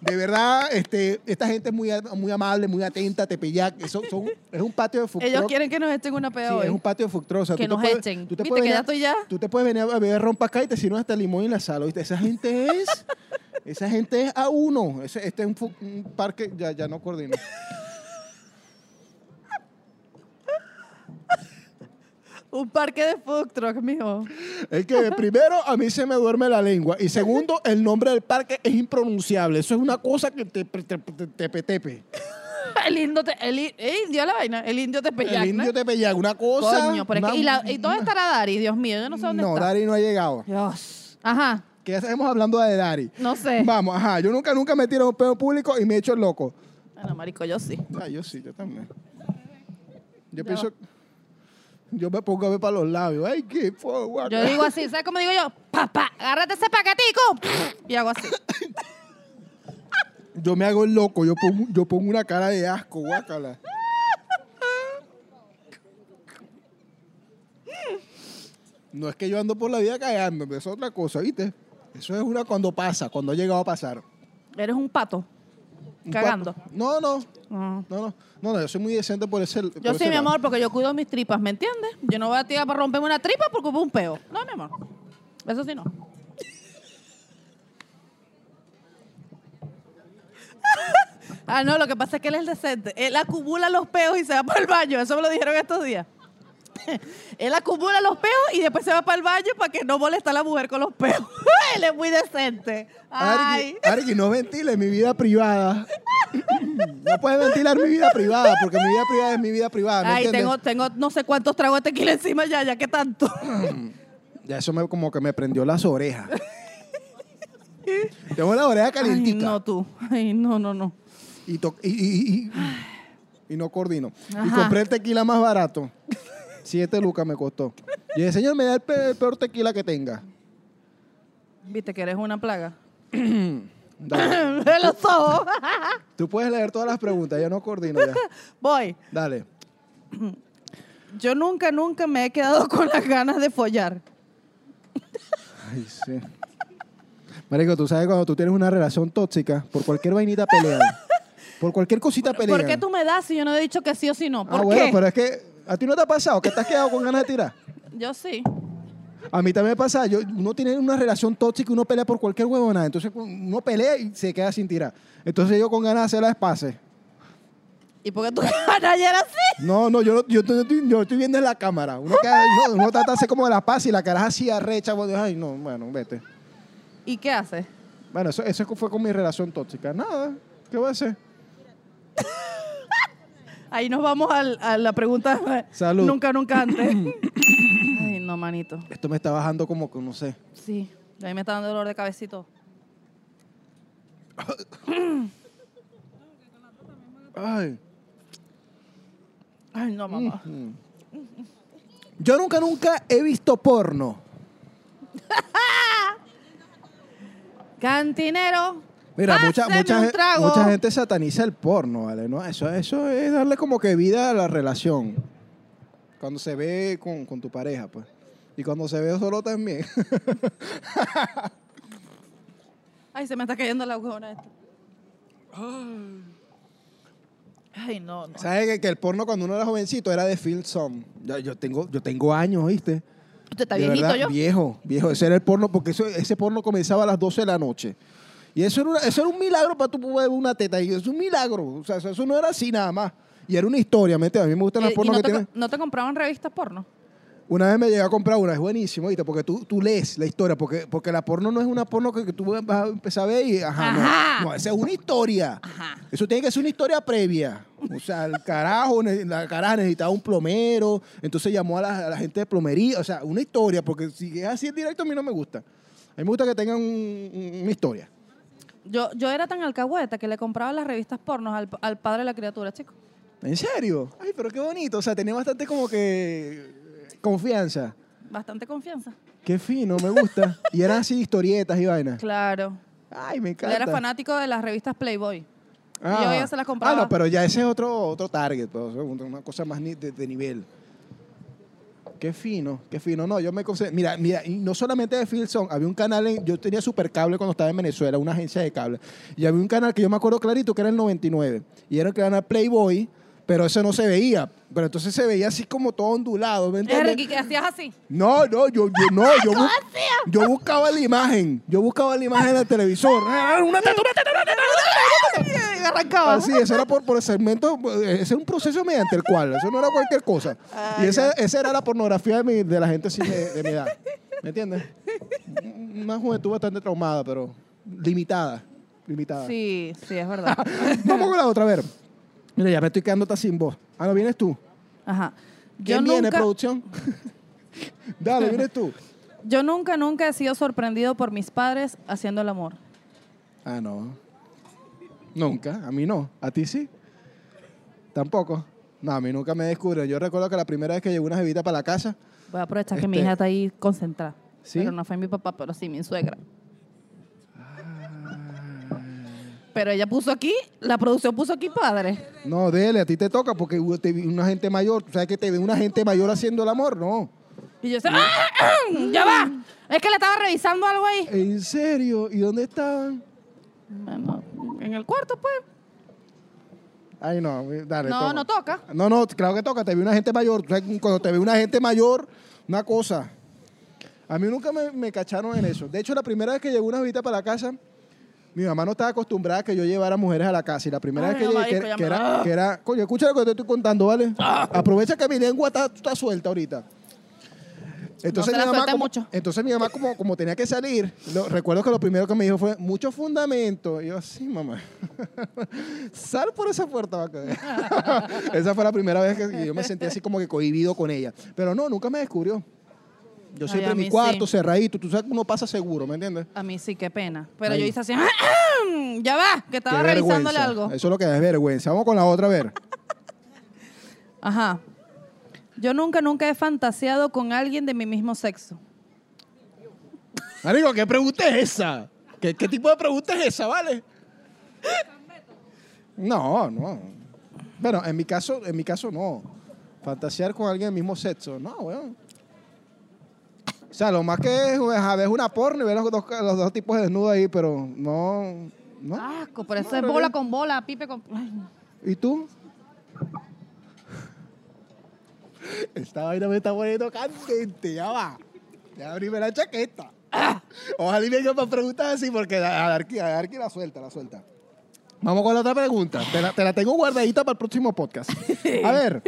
S1: De verdad, este, esta gente es muy, a- muy amable, muy atenta, Tepeyac. Eso, son, es un patio de fútbol.
S2: Ellos quieren que nos echen una peda
S1: Sí,
S2: hoy.
S1: es un patio de fructuoso. O sea,
S2: Que
S1: tú te
S2: nos
S1: puedes-
S2: echen.
S1: Tú te,
S2: Viste
S1: puedes
S2: que
S1: venir,
S2: ya estoy ya.
S1: tú te puedes venir a beber rompa acá y te sirven hasta limón en la sala. ¿viste? Esa gente es. esa gente es a uno. Ese- este es un, fu- un parque. Ya, ya no coordino.
S2: Un parque de food truck, mijo.
S1: Es que primero a mí se me duerme la lengua. Y segundo, el nombre del parque es impronunciable. Eso es una cosa que te te- te- te- tepe tepe.
S2: El indio te... El, in- eh, indio la vaina. El indio te
S1: El indio
S2: te...
S1: te pella, una cosa.
S2: Coño, pero es
S1: una-
S2: que... ¿Y, la- y dónde estará Dari? Dios mío, yo no sé dónde
S1: No,
S2: está.
S1: Dari no ha llegado.
S2: Dios. Ajá,
S1: ¿Qué hacemos hablando de Dari?
S2: no sé.
S1: Vamos, ajá. Yo nunca, nunca me he tirado un pedo público y me he hecho el loco.
S2: Bueno, marico, yo sí.
S1: Ah, yo sí, yo también. Yo
S2: Ya
S1: pienso. Yo me pongo a ver para los labios. ¡Ay, qué fuego!
S2: Yo digo así, ¿sabes cómo digo yo? Papá, agárrate ese paquetico. Y hago así.
S1: Yo me hago el loco, yo pongo, yo pongo una cara de asco, guácala. No es que yo ando por la vida cagándome, eso es otra cosa, ¿viste? Eso es una cuando pasa, cuando ha llegado a pasar.
S2: Eres un pato.
S1: Un
S2: Cagando.
S1: pato- No, no,
S2: Ah.
S1: no, no, no, no, yo soy muy decente por ese.
S2: Yo sí, mi amor, porque yo cuido mis tripas, ¿me entiendes? Yo no voy a tirar para romperme una tripa porque hubo un peo. No, mi amor. Eso sí no. ah, no, lo que pasa es que él es decente. Él acumula los peos y se va para el baño. Eso me lo dijeron estos días. él acumula los peos y después se va para el baño para que no moleste a la mujer con los peos. él es muy decente. Ay.
S1: Argi, Argi, no ventiles mi vida privada. No puedes ventilar mi vida privada, porque mi vida privada es mi vida privada. ¿me
S2: Ay,
S1: entiendes?
S2: tengo, tengo no sé cuántos tragos de tequila encima ya, ya que tanto.
S1: Ya eso me, como que me prendió las orejas. Tengo la oreja
S2: Ay,
S1: calientita.
S2: no tú. Ay, no, no, no.
S1: y, to- y, y- y- y no coordino. Y
S2: Ajá.
S1: compré el tequila más barato. Siete lucas me costó. Y el señor me da el, pe- el peor tequila que tenga.
S2: Viste que eres una plaga.
S1: Dale.
S2: De los ojos.
S1: Tú puedes leer todas las preguntas, yo no coordino ya.
S2: Voy.
S1: Dale.
S2: Yo nunca, nunca me he quedado con las ganas de follar.
S1: Ay, sí. Marico, tú sabes cuando tú tienes una relación tóxica, por cualquier vainita pelean. Por cualquier cosita pelean.
S2: ¿Por qué tú me das si yo no he dicho que sí o si no? ¿Por
S1: Ah,
S2: qué?
S1: bueno, pero es que a ti no te ha pasado que te has quedado con ganas de tirar.
S2: Yo sí.
S1: A mí también me pasa, yo, uno tiene una relación tóxica y uno pelea por cualquier huevonada. Entonces uno pelea y se queda sin tirar. Entonces yo con ganas de hacer las pases.
S2: ¿Y por qué tú ayer así?
S1: No, no, yo, no- yo, estoy- yo, estoy- yo estoy viendo en la cámara. Uno, queda- no, uno trata de hacer como de las pases y la cara es así arrecha. vos dices, Ay, no, bueno, vete.
S2: ¿Y qué haces?
S1: Bueno, eso, eso fue con mi relación tóxica. Nada, ¿qué voy a hacer?
S2: Ahí nos vamos al- a la pregunta.
S1: Salud.
S2: Nunca, nunca antes. Ay, no, manito.
S1: Esto me está bajando como que, no sé.
S2: Sí. A mí me está dando dolor de cabecito.
S1: Ay.
S2: Ay, no, mamá.
S1: Mm. Yo nunca, nunca he visto porno.
S2: Cantinero.
S1: Mira, mucha,
S2: páseme
S1: mucha,
S2: un
S1: gen-
S2: trago.
S1: mucha gente sataniza el porno, ¿vale? ¿No? Eso, eso es darle como que vida a la relación. Cuando se ve con, con tu pareja, pues. Y cuando se ve solo también.
S2: Ay, se me está cayendo la huevona esta. Ay, no, no.
S1: ¿Sabes que, que el porno cuando uno era jovencito era de Phil Song? Yo, yo tengo, yo tengo años, ¿viste?
S2: Usted está
S1: De
S2: viejito
S1: verdad,
S2: yo.
S1: Viejo, viejo. Ese era el porno, porque eso- ese porno comenzaba a las 12 de la noche. Y eso era, una- eso era un milagro para tú poder ver una teta. Y es un milagro. O sea, eso- eso no era así nada más. Y era una historia, ¿me entiendes? A mí me gustan
S2: Eh,
S1: las
S2: ¿y
S1: pornos
S2: no,
S1: que
S2: te,
S1: tienen.
S2: co- no te compraban revistas porno?
S1: Una vez me llegué a comprar una, es buenísimo, ¿viste? Porque tú, tú lees la historia, porque, porque la porno no es una porno que, que tú vas a empezar a ver y. Ajá. no.
S2: Ajá.
S1: No, esa es una historia.
S2: Ajá.
S1: Eso tiene que ser una historia previa. O sea, el carajo, ne- la caraja necesitaba un plomero, entonces llamó a la, a la gente de plomería. O sea, una historia, porque si es así en directo a mí no me gusta. A mí me gusta que tengan un- un- una historia.
S2: Yo, yo era tan alcahueta que le compraba las revistas pornos al, al padre de la criatura, chico.
S1: ¿En serio? Ay, pero qué bonito. O sea, tenía bastante como que. eh, confianza.
S2: Bastante confianza.
S1: Qué fino, me gusta. Y eran así historietas y vainas.
S2: Claro.
S1: Ay, me
S2: Yo
S1: encanta.
S2: era fanático de las revistas Playboy. Y yo ya se las compraba.
S1: Ah, no, pero ya ese es otro, otro target, pues, o sea, una una cosa más ni- de, de nivel. Qué fino, qué fino. No, yo me conce- Mira, mira, y no solamente de Filson, había un canal, en, yo tenía Supercable cuando estaba en Venezuela, una agencia de cable. Y había un canal que yo me acuerdo clarito que era el 99. Y era el canal Playboy, pero eso no se veía. Pero entonces se veía así como todo ondulado, ¿me entiendes?
S2: Ricky, que hacías así.
S1: No, no, yo, yo- no, yo, bu- yo buscaba la imagen, yo buscaba la imagen del televisor. ¡Ah, Una teta, una teta, una teta, una teta.
S2: Y arrancaba.
S1: Así, eso Ah, era por, por el segmento, eh, ese era un proceso mediante el cual, eso no era cualquier cosa.
S2: Ah,
S1: y esa, esa era la pornografía de, mi- de la gente así de, de mi edad. ¿Me entiendes? Una juventud bastante traumada, pero limitada. Limitada.
S2: Sí, sí, es verdad.
S1: Vamos con la otra, a ver. Mira, ya me estoy quedando hasta sin voz. Ah, no, vienes tú.
S2: Ajá. Yo
S1: ¿Quién viene,
S2: nunca,
S1: producción? Dale, vienes tú.
S2: yo nunca, nunca he sido sorprendido por mis padres haciendo el amor.
S1: Ah, no. Nunca, a mí no. ¿A ti sí? Tampoco. No, a mí nunca me descubren. Yo recuerdo que la primera vez que llegó una jevita para la casa,
S2: Voy a aprovechar que mi
S1: Este-
S2: hija está ahí concentrada.
S1: ¿Sí?
S2: Pero no fue mi papá, pero sí mi suegra.
S1: Ah.
S2: Pero ella puso aquí, la producción puso aquí padre.
S1: No, dele, a ti te toca porque u- te vi una gente mayor. ¿Tú sabes que te ve una gente mayor haciendo el amor? No.
S2: Y yo decía, ¡Ah! ¡Ya va! Es que le estaba revisando algo ahí.
S1: ¿En serio? ¿Y dónde estaban?
S2: Bueno, en el cuarto, pues.
S1: Ay, no, eh, dale.
S2: No, no toca.
S1: No, no, claro que toca. Te ve una gente mayor. Tú sabes que Cuando te ve una gente mayor, una cosa. A mí nunca me, me cacharon en eso. De hecho, la primera vez que llegó una visita para la casa, mi mamá no estaba acostumbrada a que yo llevara mujeres a la casa. Y la primera
S2: Ay,
S1: vez que
S2: no,
S1: llegué, que,
S2: marico,
S1: que
S2: ya me- Ah.
S1: era, que era- Coño, escucha lo que te estoy contando, ¿vale? Aprovecha que mi lengua está, está suelta ahorita. Entonces,
S2: se
S1: mi
S2: la
S1: mamá
S2: sueltes
S1: como,
S2: mucho.
S1: entonces mi mamá, como, como tenía que salir, lo- recuerdo que lo primero que me dijo fue, mucho fundamento. Y yo, sí, mamá. Sal por esa puerta, vaca. Esa fue la primera vez que yo me sentí así como que cohibido con ella. Pero no, nunca me descubrió. Yo
S2: Ay,
S1: siempre
S2: a
S1: en mi
S2: mí
S1: cuarto,
S2: sí.
S1: cerradito. Tú sabes que uno pasa seguro, ¿me entiendes?
S2: A mí sí, qué pena. Pero yo
S1: Ahí.
S2: hice así, ¡Ah! ¡Ya va! Que estaba
S1: Qué
S2: revisándole
S1: vergüenza.
S2: algo.
S1: Eso es lo que da es vergüenza. Vamos con la otra, a ver.
S2: Ajá. Yo nunca, nunca he fantaseado con alguien de mi mismo sexo.
S1: Marico, ¿qué pregunta es esa? ¿Qué, qué tipo de pregunta es esa, vale? No, no. Bueno, en mi caso, en mi caso no. Fantasear con alguien del mismo sexo, no, weón. O sea, lo más que es, es a ver una porno y ver los dos, los dos tipos de desnudos ahí, pero no, no.
S2: Asco, por eso
S1: No,
S2: es
S1: no,
S2: bola
S1: no.
S2: con bola, pipe con. Ay, no.
S1: ¿Y tú? Esta vaina me está poniendo candente, ya va. Ya abrime la chaqueta. Ojalá y venga para preguntas así, porque a Darky, a Darky la suelta, la suelta. Vamos con la otra pregunta. Te la, te la tengo guardadita para el próximo podcast. A ver.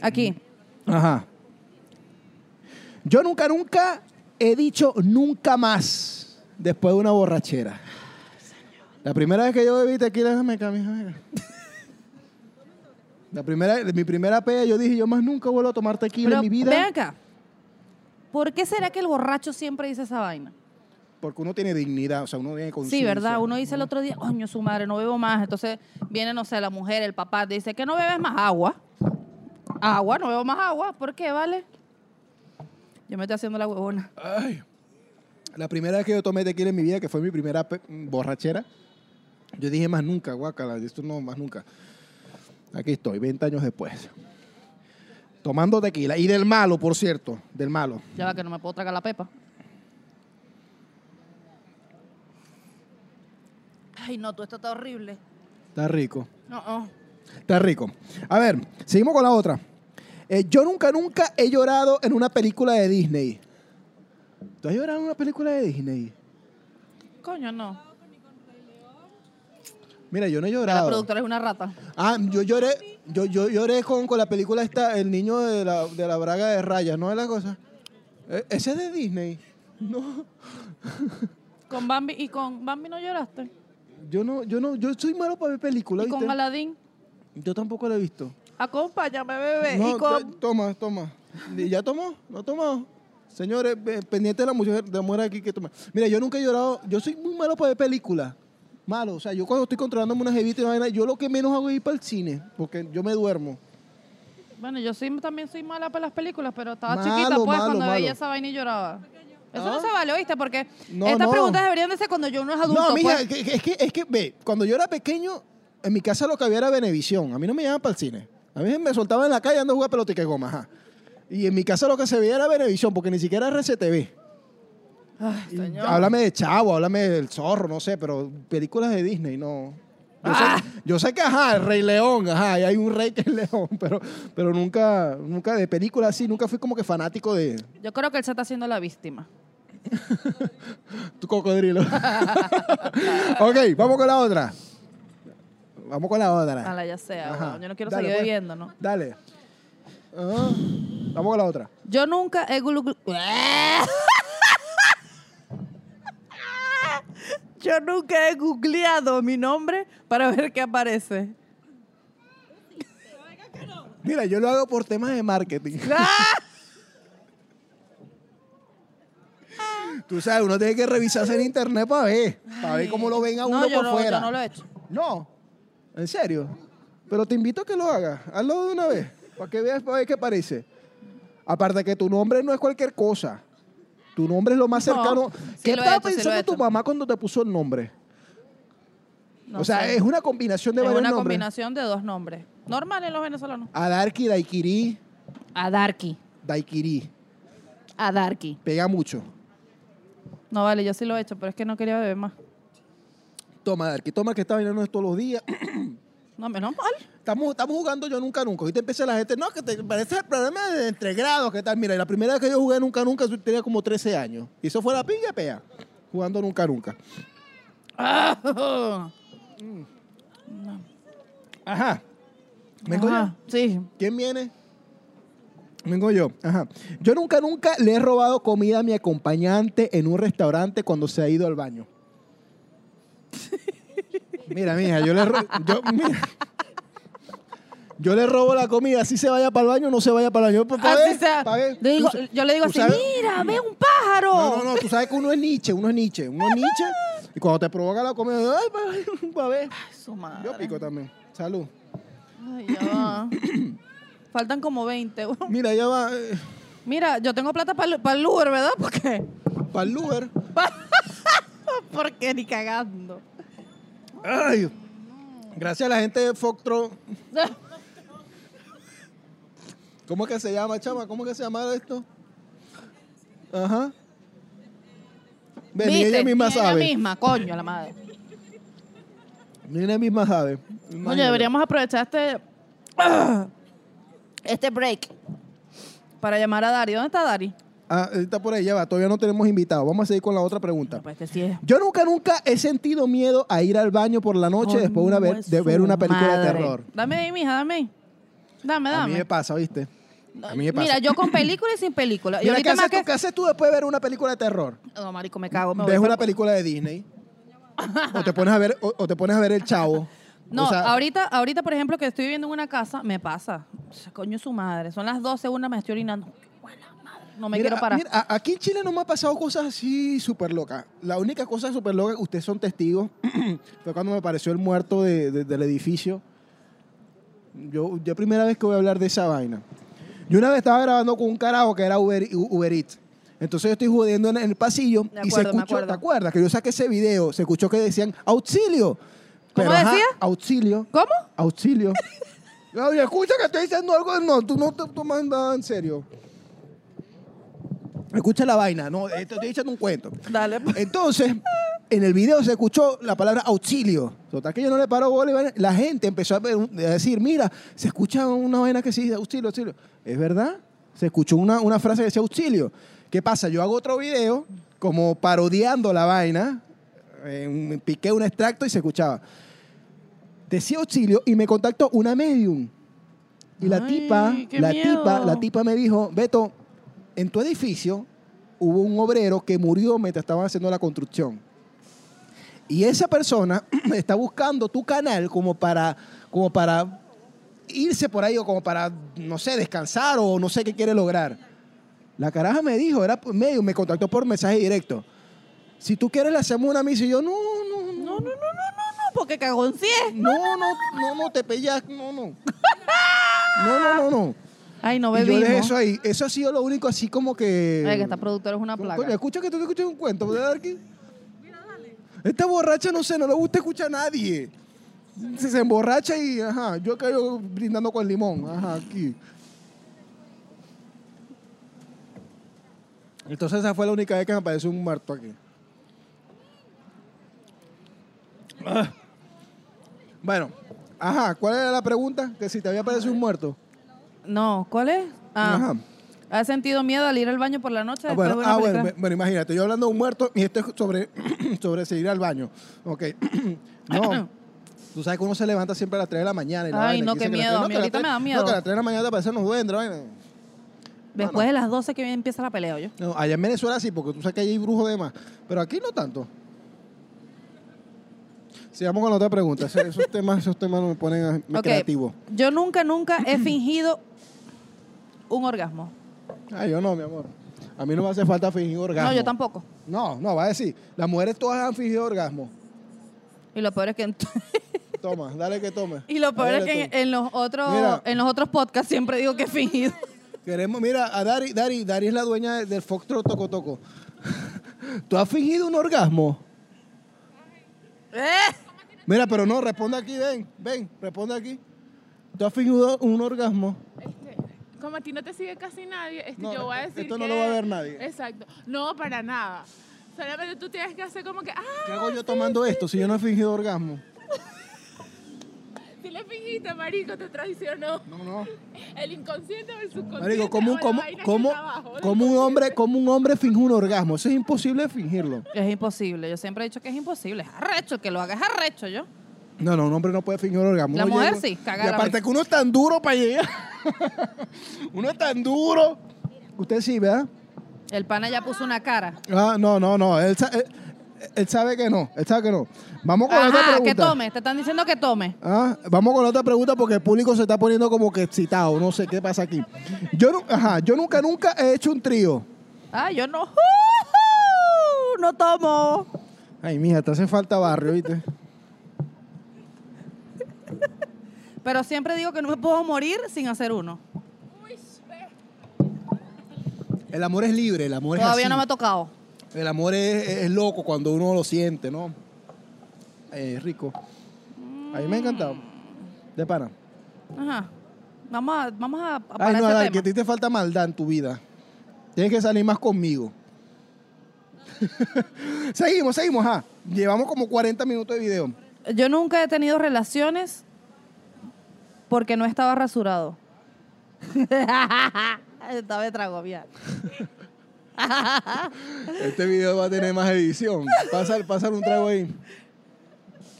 S2: Aquí.
S1: Ajá. Yo nunca, nunca he dicho nunca más después de una borrachera. La primera vez que yo bebí tequila, déjame caminar. La primera, mi primera pea, yo dije, yo más nunca vuelvo a tomar tequila
S2: Pero
S1: en mi vida.
S2: ven acá. ¿Por qué será que el borracho siempre dice esa vaina?
S1: Porque uno tiene dignidad, o sea, uno tiene conciencia.
S2: Sí, ¿verdad? Uno dice el otro día, coño, su madre, no bebo más. Entonces viene, no sé, la mujer, el papá, te dice que no bebes más agua. Agua, no bebo más agua. ¿Por qué, vale? Yo me estoy haciendo la huevona.
S1: Ay. La primera vez que yo tomé tequila en mi vida, que fue mi primera pe- borrachera, yo dije más nunca, guácala, esto no, más nunca. Aquí estoy, 20 años después. Tomando tequila. Y del malo, por cierto, del malo.
S2: Ya va, que no me puedo tragar la pepa. Ay, no, tú esto está horrible.
S1: Está rico.
S2: No, oh.
S1: Está rico. A ver, seguimos con la otra. Eh, yo nunca, nunca he llorado en una película de Disney. ¿Tú has llorado en una película de Disney?
S2: Coño, no.
S1: Mira, yo no he
S2: La
S1: llorado.
S2: productora es una rata.
S1: Ah, yo lloré, yo, yo lloré con, con la película esta, El niño de la, de la braga de rayas, ¿no es la cosa? Eh, Ese es de Disney. No,
S2: Con Bambi y con Bambi no lloraste.
S1: yo no, yo no, yo soy malo para ver películas,
S2: Y con
S1: ¿viste?
S2: Aladdin.
S1: Yo tampoco la he visto.
S2: Acompáñame, bebé.
S1: No, eh,
S2: y con.
S1: te- toma, toma. ¿Y ¿Ya tomó? ¿No tomó? Señores, eh, pendiente de la mujer, de la mujer aquí que toma. Mira, yo nunca he llorado, yo soy muy malo para ver películas. Malo, o sea, yo cuando estoy controlándome una jevita y una vaina, yo lo que menos hago es ir para el cine, porque yo me duermo.
S2: Bueno, yo soy, también soy mala para las películas, pero estaba
S1: Malo,
S2: chiquita, pues,
S1: malo,
S2: cuando
S1: malo.
S2: veía esa vaina y lloraba. Eso
S1: Ah.
S2: no se vale, ¿oíste? Porque
S1: No,
S2: estas
S1: no.
S2: preguntas deberían de ser cuando yo uno es adulto.
S1: no, mija,
S2: pues.
S1: que- que- es, que, es que, ve, cuando yo era pequeño, en mi casa lo que había era Benevisión. A mí no me llevaban para el cine. A mí me soltaban en la calle ando a jugar pelota y que goma, ajá. Y en mi casa lo que se veía era Benevisión, porque ni siquiera era RCTV.
S2: Ay,
S1: Y
S2: señor.
S1: Háblame de Chavo, háblame del Zorro, no sé, pero películas de Disney, no. Yo,
S2: Ah.
S1: sé, yo sé que, ajá, el Rey León, ajá, y hay un Rey que es León, pero, pero nunca, nunca de películas así, nunca fui como que fanático de
S2: Yo creo que él se está haciendo la víctima.
S1: tu cocodrilo. ok, vamos con la otra. Vamos con la otra.
S2: Mala, ya sea.
S1: Ajá.
S2: weón. Yo no quiero
S1: Dale,
S2: seguir
S1: pues.
S2: bebiendo, ¿no?
S1: Dale. Ah, vamos con la otra.
S2: Yo nunca he glu- ¡Ah! glu- Yo nunca he googleado mi nombre para ver qué aparece.
S1: Mira, yo lo hago por temas de marketing.
S2: Ah.
S1: Tú sabes, uno tiene que revisarse en internet para ver, para ver cómo lo ven a uno
S2: no, yo
S1: por
S2: no,
S1: fuera.
S2: Yo no lo he hecho.
S1: No, en serio. Pero te invito a que lo hagas. Hazlo de una vez, para que veas para ver qué parece. Aparte que tu nombre no es cualquier cosa. Tu nombre es lo más
S2: No,
S1: cercano.
S2: sí
S1: ¿Qué
S2: lo he
S1: estaba
S2: hecho, sí lo he
S1: pensando tu
S2: hecho.
S1: mamá cuando te puso el nombre?
S2: No
S1: o sea,
S2: sé.
S1: es una combinación de
S2: Es
S1: varios
S2: una
S1: nombres.
S2: combinación de dos nombres. Normal en los venezolanos.
S1: Adarki, Daikiri,
S2: Adarki.
S1: Daikiri.
S2: Adarki.
S1: Pega mucho.
S2: No vale, yo sí lo he hecho, pero es que no quería beber más.
S1: Toma, Adarki, toma que esta vaina no es todos los días.
S2: No, menos mal.
S1: Estamos, estamos jugando yo nunca nunca. Ahorita empieza la gente, no, que te parece el problema de entre grados, ¿qué tal? Mira, la primera vez que yo jugué nunca nunca yo tenía como 13 años. Y eso fue la pinga pea, jugando nunca nunca. Ajá. Vengo
S2: Ajá, Sí.
S1: yo. ¿Quién viene? Vengo yo. Ajá. Yo nunca nunca le he robado comida a mi acompañante en un restaurante cuando se ha ido al baño. Mira, mija, yo le ro- yo, mira. Yo le robo la comida, si se vaya para el baño o no se vaya para el baño. Pa- pa'
S2: Así
S1: ver,
S2: sea.
S1: pa' ver.
S2: Digo-
S1: Tú-
S2: yo le digo
S1: tú
S2: así,
S1: sabes-
S2: mira, ve un pájaro.
S1: No, no, no, tú sabes que uno es Nietzsche, uno es Nietzsche, uno es Nietzsche. Y cuando te provoca la comida, ay, pa- pa' ver.
S2: Ay, su madre.
S1: Yo pico también. Salud.
S2: Ay, ya va. Faltan como 20. weón.
S1: Mira, ya va eh,
S2: Mira, yo tengo plata para el Uber, ¿verdad? ¿Por qué?
S1: para el Uber.
S2: Porque ni cagando.
S1: Ay. Gracias a la gente de Foctro. ¿Cómo es que se llama, chama? ¿Cómo es que se llama esto? Ajá. Ven, ni
S2: ¿Viste?
S1: ella misma
S2: Ni
S1: sabe.
S2: Ella misma, coño, la madre.
S1: Ni ella misma sabe.
S2: Oye,
S1: Imagínate.
S2: deberíamos aprovechar este. Este break. Para llamar a Dari. ¿Dónde está Dari?
S1: Ah, está por ahí, ya va. Todavía no tenemos invitado. Vamos a seguir con la otra pregunta.
S2: pues que sí es.
S1: Yo nunca, nunca he sentido miedo a ir al baño por la noche después de, una
S2: Coño
S1: ver-
S2: es
S1: de ver
S2: su
S1: una película de
S2: madre.
S1: terror.
S2: Dame ahí, mija, dame ahí. Dame,
S1: A mí
S2: dame.
S1: me pasa, ¿viste? A mí me pasa.
S2: Mira, yo con película y sin película. Y
S1: Mira, ¿qué
S2: ahorita
S1: haces,
S2: más
S1: tú,
S2: que.
S1: qué haces tú después de ver una película de terror?
S2: No, marico, me cago. Me voy
S1: Ves
S2: para-
S1: una película de Disney. o te pones a ver, o, o te pones a ver el chavo.
S2: No,
S1: O sea,
S2: ahorita, ahorita, por ejemplo, que estoy viviendo en una casa, me pasa. O sea, coño, su madre. Son las 12, una me estoy orinando. Qué buena madre. No me
S1: mira,
S2: quiero parar.
S1: mira, a- aquí en Chile no me ha pasado cosas así súper locas. La única cosa súper loca que ustedes son testigos fue cuando me apareció el muerto de- de- del edificio. Yo, yo primera vez que voy a hablar de esa vaina. Yo una vez estaba grabando con un carajo que era Uber, U- Uber Eats. Entonces yo estoy jodiendo en el pasillo
S2: Me
S1: y se
S2: acuerdo, me
S1: escuchó, ¿te
S2: acuerdo.
S1: acuerdas? Que yo saqué ese video, se escuchó que decían auxilio. Pero, ajá,
S2: decía?
S1: auxilio.
S2: ¿Cómo?
S1: Auxilio. Oye, escucha que estoy diciendo algo. No, tú no te tomas nada en serio. Escucha la vaina. No, eh, te estoy echando un cuento.
S2: Dale. pues.
S1: Entonces, en el video se escuchó la palabra auxilio. Total que yo no le paro bola. y vaina. La gente empezó a, ver- a decir, mira, se escucha una vaina que sí, auxilio, auxilio. Es verdad, se escuchó una, una frase que decía auxilio. ¿Qué pasa? Yo hago otro video como parodiando la vaina. eh, un- piqué un extracto y se escuchaba. Decía auxilio y me contactó una medium. Y la
S2: Ay,
S1: tipa,
S2: qué
S1: la
S2: miedo.
S1: tipa, la tipa me dijo, Beto, en tu edificio hubo un obrero que murió mientras estaban haciendo la construcción. Y esa persona está buscando tu canal como para, como para irse por ahí o como para, no sé, descansar o no sé qué quiere lograr. La caraja me dijo, era por medio, me contactó por mensaje directo. Si tú quieres le hacemos una misa y yo, no, no, no,
S2: No, no, no, no, no, no, porque cagón sí es.
S1: no, no, no, no, te pellas, no, no. No, no, no, no.
S2: Ay, no
S1: Y yo
S2: bebimos.
S1: dejé eso ahí. Eso ha sido lo único así como que...
S2: Ay, que esta productora es una
S1: Coño,
S2: plaga.
S1: escucha que tú te escuches un cuento. ¿verdad, Arqui? Esta borracha, no sé, no le gusta escuchar a nadie. Se, se emborracha y, ajá, yo caigo brindando con limón. Ajá, aquí. Entonces esa fue la única vez que me apareció un muerto aquí. Ah. Bueno, ajá, ¿cuál era la pregunta? Que si te había aparecido un muerto.
S2: No, ¿cuál es? Ah,
S1: Ajá.
S2: ¿Has sentido miedo al ir al baño por la noche?
S1: Ah,
S2: después
S1: bueno,
S2: de ver una
S1: ah, bueno,
S2: película?
S1: me- bueno, imagínate, yo hablando de un muerto y esto es sobre, sobre seguir al baño. Ok. no. Tú sabes que uno se levanta siempre a las 3 de la mañana. Y la
S2: Ay,
S1: vaina,
S2: no,
S1: que
S2: qué
S1: dice que a las
S2: miedo,
S1: tres-
S2: a mí
S1: que a las tres-
S2: ahorita me da miedo.
S1: No, que a las 3 de la mañana te aparecen los duendes. vaina.
S2: Después de las 12 que empieza la pelea, yo.
S1: No, allá en Venezuela sí, porque tú sabes que ahí hay brujos de más. Pero aquí no tanto. Sigamos con la otra pregunta. Ese- Esos temas, esos temas me ponen a- me
S2: Ok.
S1: creativo.
S2: Yo nunca, nunca he fingido un orgasmo.
S1: Ay, yo no, mi amor. A mí no me hace falta fingir orgasmo.
S2: No, yo tampoco.
S1: No, no, va a decir. Las mujeres todas han fingido orgasmo.
S2: Y lo peor es que en,
S1: Toma, dale que tome.
S2: y lo peor es
S1: Dale
S2: que en,
S1: tú.
S2: en los otros
S1: Mira.
S2: en los otros podcasts siempre digo que he fingido.
S1: Queremos, mira, a Dari, Dari, Dari es la dueña de- del Foxtrot Toco Toco. ¿Tú has fingido un orgasmo?
S2: ¿Eh?
S1: Mira, pero no, responde aquí, ven, ven, responde aquí. ¿Tú has fingido un orgasmo?
S3: Este, como a ti no te sigue casi nadie, este,
S1: No, e-,
S3: yo voy a
S1: esto
S3: decir
S1: no
S3: que-
S1: lo va a ver nadie.
S3: Exacto. No, para nada. Solamente tú tienes que hacer como que,
S1: ¿Qué
S3: ah,
S1: hago yo tomando esto si yo no he fingido orgasmo?
S3: si le fingiste, marico, te traicionó.
S1: No, no.
S3: El inconsciente o el subconsciente.
S1: Marico, ¿cómo,
S3: o
S1: un-
S3: la
S1: cómo,
S3: vaina que
S1: cómo,
S3: está abajo del
S1: cómo un hombre,
S3: inconsciente.
S1: cómo un hombre finge un orgasmo? Eso es imposible fingirlo.
S2: Es imposible. Yo siempre he dicho que es imposible. Es arrecho, que lo haga es arrecho yo.
S1: No, no, un hombre no puede fingir un orgasmo.
S2: La
S1: Uno
S2: mujer
S1: llega-
S2: sí, caga
S1: Y
S2: la
S1: aparte
S2: vez.
S1: que uno es tan duro para llegar. uno es tan duro. Usted sí, ¿verdad?
S2: El pana ya puso una cara.
S1: Ah, no, no, no. Él, sa- él, él sabe que no. Él sabe que no. Vamos con la otra
S2: Ajá,
S1: pregunta.
S2: que tome. Te están diciendo que tome.
S1: Ah, vamos con la otra pregunta porque el público se está poniendo como que excitado. No sé qué pasa aquí. Yo, nu- ajá, yo nunca, nunca he hecho un trío.
S2: Ah, yo no. ¡Ujú! No tomo.
S1: Ay, mija, te hace falta barrio, ¿viste?
S2: Pero siempre digo que no me puedo morir sin hacer uno.
S1: El amor es libre, el amor
S2: Todavía
S1: es
S2: no me ha
S1: Pues así.
S2: tocado.
S1: El amor es, es loco cuando uno lo siente, ¿no? Eh, Es rico. A mí me ha encantado. De pana.
S2: Ajá. Vamos a, vamos a, a
S1: Ay,
S2: parar
S1: no,
S2: ese
S1: Adal,
S2: tema.
S1: que a ti te falta maldad en tu vida. Tienes que salir más conmigo. seguimos, seguimos, ajá. Llevamos como 40 minutos de video.
S2: Yo nunca he tenido relaciones porque no estaba rasurado. estaba de trago, mira.
S1: Este video va a tener más edición. Pasar, pasar un trago ahí.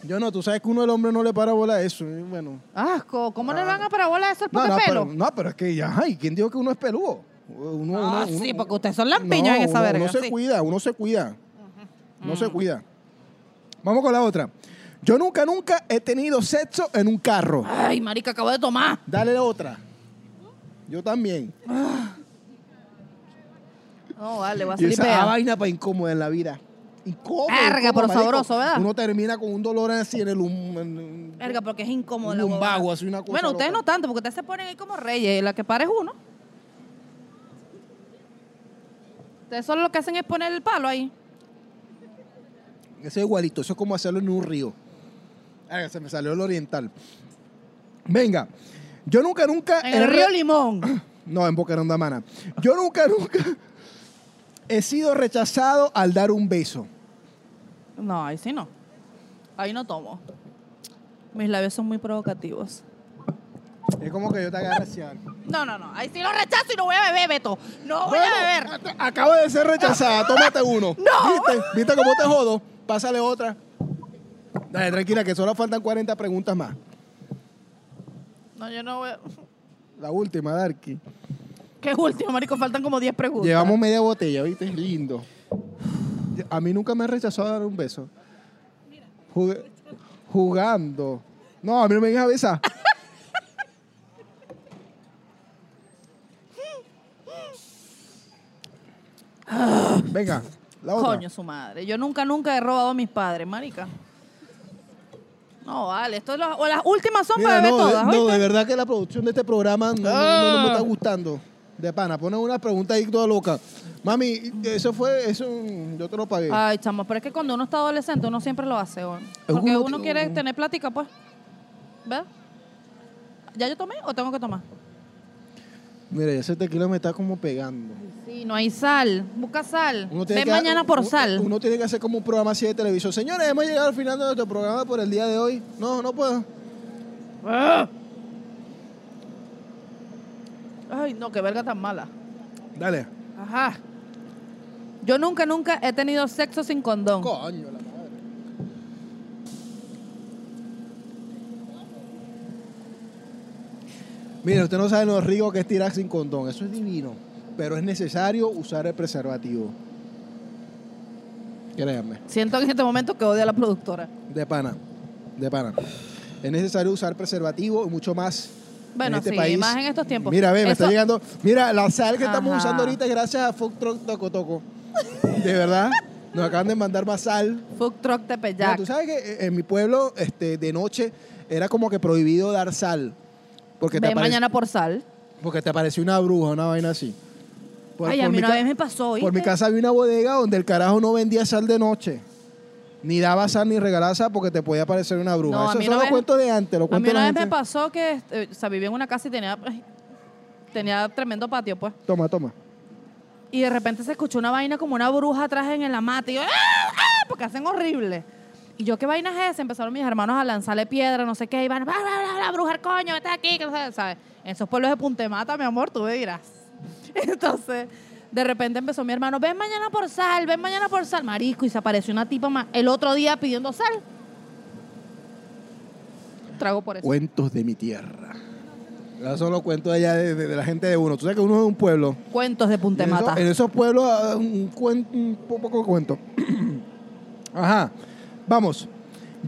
S1: Yo no, tú sabes que uno el hombre no le para bola a eso. y Bueno.
S2: Asco, ¿cómo le van a parabola eso? ¿Es
S1: Ah. No,
S2: porque
S1: no,
S2: pelo?
S1: pero, no, pero es que ya, ay, ¿quién dijo que uno es peludo? Uno,
S2: Ah,
S1: uno-
S2: sí,
S1: uno-
S2: porque ustedes son lampiños en esa
S1: uno-
S2: verga,
S1: Uno se
S2: sí. Mm.
S1: cuida, uno se cuida. No se cuida. Vamos con la otra. Yo nunca, nunca he tenido sexo en un carro.
S2: Ay, marica, acabo de tomar.
S1: Dale la otra. Yo también.
S2: No, vale, voy a
S1: Y
S2: salir
S1: esa
S2: pea.
S1: vaina para incómoda en la vida. Incómodo.
S2: Verga,
S1: incómodo,
S2: pero
S1: marico.
S2: sabroso, ¿verdad?
S1: Uno termina con un dolor así en el... hum- en-
S2: Verga, porque es incómodo.
S1: Un
S2: la huevona.
S1: lumbago, así una cosa
S2: Bueno, ustedes
S1: loca.
S2: no tanto, porque ustedes se ponen ahí como reyes. y La que para es uno. Ustedes solo lo que hacen es poner el palo ahí.
S1: Eso es igualito. Eso es como hacerlo en un río. Verga, se me salió el oriental. Venga. Yo nunca, nunca...
S2: En
S1: he
S2: el
S1: re-
S2: río Limón.
S1: No, en Boca Grande, Mana. Yo nunca, nunca he sido rechazado al dar un beso.
S2: No, ahí sí no. Ahí no tomo. Mis labios son muy provocativos.
S1: Es como que yo te agarre hacia algo.
S2: No, no, no. Ahí sí lo rechazo y no voy a beber, Beto. No voy a beber.
S1: Bueno, Acabo de ser rechazada. Tómate uno.
S2: No.
S1: ¿Viste? ¿Viste cómo te jodo? Pásale otra. Dale, tranquila, que solo faltan 40 preguntas más.
S2: No, yo no voy a...
S1: La última, Darky.
S2: ¿Qué es último, marico? Faltan como 10 preguntas.
S1: Llevamos media botella, ¿viste? Es lindo. A mí nunca me han rechazado dar un beso. Jugue- jugando. No, a mí no me vengas a besar. Venga, la otra.
S2: Coño, su madre. Yo nunca, nunca he robado a mis padres, marica. No, vale. Esto es lo- o las últimas son
S1: Mira,
S2: para beber
S1: no, de-
S2: todas,
S1: no, de
S2: ¿oíste? Ah.
S1: verdad que la producción de este programa no, no- no- no me está gustando. De pana, ponen una pregunta ahí toda loca. Mami, eso fue, eso mm, yo te lo pagué.
S2: Ay, chamo, pero es que cuando uno está adolescente uno siempre lo hace, ¿o? Porque
S1: uno
S2: uno,
S1: que-
S2: quiere tener plática, pues. ¿Ves? ¿Ya yo tomé o tengo que tomar?
S1: Mira, ya ese tequila me está como pegando.
S2: Sí, no hay sal. Busca sal.
S1: Uno tiene
S2: Ven
S1: que-
S2: mañana por
S1: uno-
S2: sal.
S1: Uno tiene que hacer como un programa así de televisión. Señores, hemos llegado al final de nuestro programa por el día de hoy. No, no puedo.
S2: ¡Ah! Ay, no, qué verga tan mala.
S1: Dale.
S2: Ajá. Yo nunca, nunca he tenido sexo sin condón.
S1: Coño, la madre. Mira, usted no sabe los ricos que es tirar sin condón. Eso es divino. Pero es necesario usar el preservativo. Créanme.
S2: Siento en este momento que odio a la productora.
S1: De pana. De pana. Es necesario usar preservativo y mucho más.
S2: Bueno,
S1: en este
S2: sí,
S1: país.
S2: más en estos tiempos.
S1: Mira, ve, me
S2: Eso-
S1: está llegando. Mira, la sal que estamos
S2: Ajá.
S1: usando ahorita es gracias a Food Truck Toco Toco. De verdad. Nos acaban de mandar más sal.
S2: Food truck de
S1: No, tú sabes que eh, en mi pueblo, este, de noche, era como que prohibido dar sal. Porque te,
S2: Ven
S1: apare-
S2: mañana por sal.
S1: porque te apareció una bruja, una vaina así. Por-
S2: Ay, a
S1: por
S2: mí
S1: mi
S2: una
S1: ca-
S2: vez me pasó,
S1: Por mi
S2: ¿oíste?
S1: casa había una bodega donde el carajo no vendía sal de noche. Ni daba sal ni regalaba sal porque te podía aparecer una bruja.
S2: No, a
S1: Eso
S2: mí
S1: son los
S2: una vez-
S1: cuentos de antes, los
S2: A mí
S1: cuentos de
S2: una
S1: la
S2: vez me
S1: gente-
S2: pasó que, eh, o sea, vivía en una casa y tenía, ay, tenía tremendo patio, pues.
S1: Toma, toma.
S2: Y de repente se escuchó una vaina como una bruja atrás en la mata. Y yo, ¡ah! ¡ah! Porque hacen horrible. Y yo, ¿qué vaina es esa? Empezaron mis hermanos a lanzarle piedra, no sé qué. Y van, ¡bla, bla, bla, bla, brujar, coño! ¡Vete de aquí! Que no sé, ¿sabes? En esos pueblos de Puntemata, mi amor, tú me dirás. Entonces, de repente empezó mi hermano, ven mañana por sal, ven mañana por sal. Marisco, y se apareció una tipa ma- el otro día pidiendo sal. Trago por eso.
S1: Cuentos de mi tierra. Esos son los cuentos de allá de, de- de la gente de uno. Tú sabes que uno es de un pueblo.
S2: Cuentos de
S1: En,
S2: Puntemata.
S1: eso- en esos pueblos, ah, un, cuen- un po- poco de cuento. Ajá. Vamos.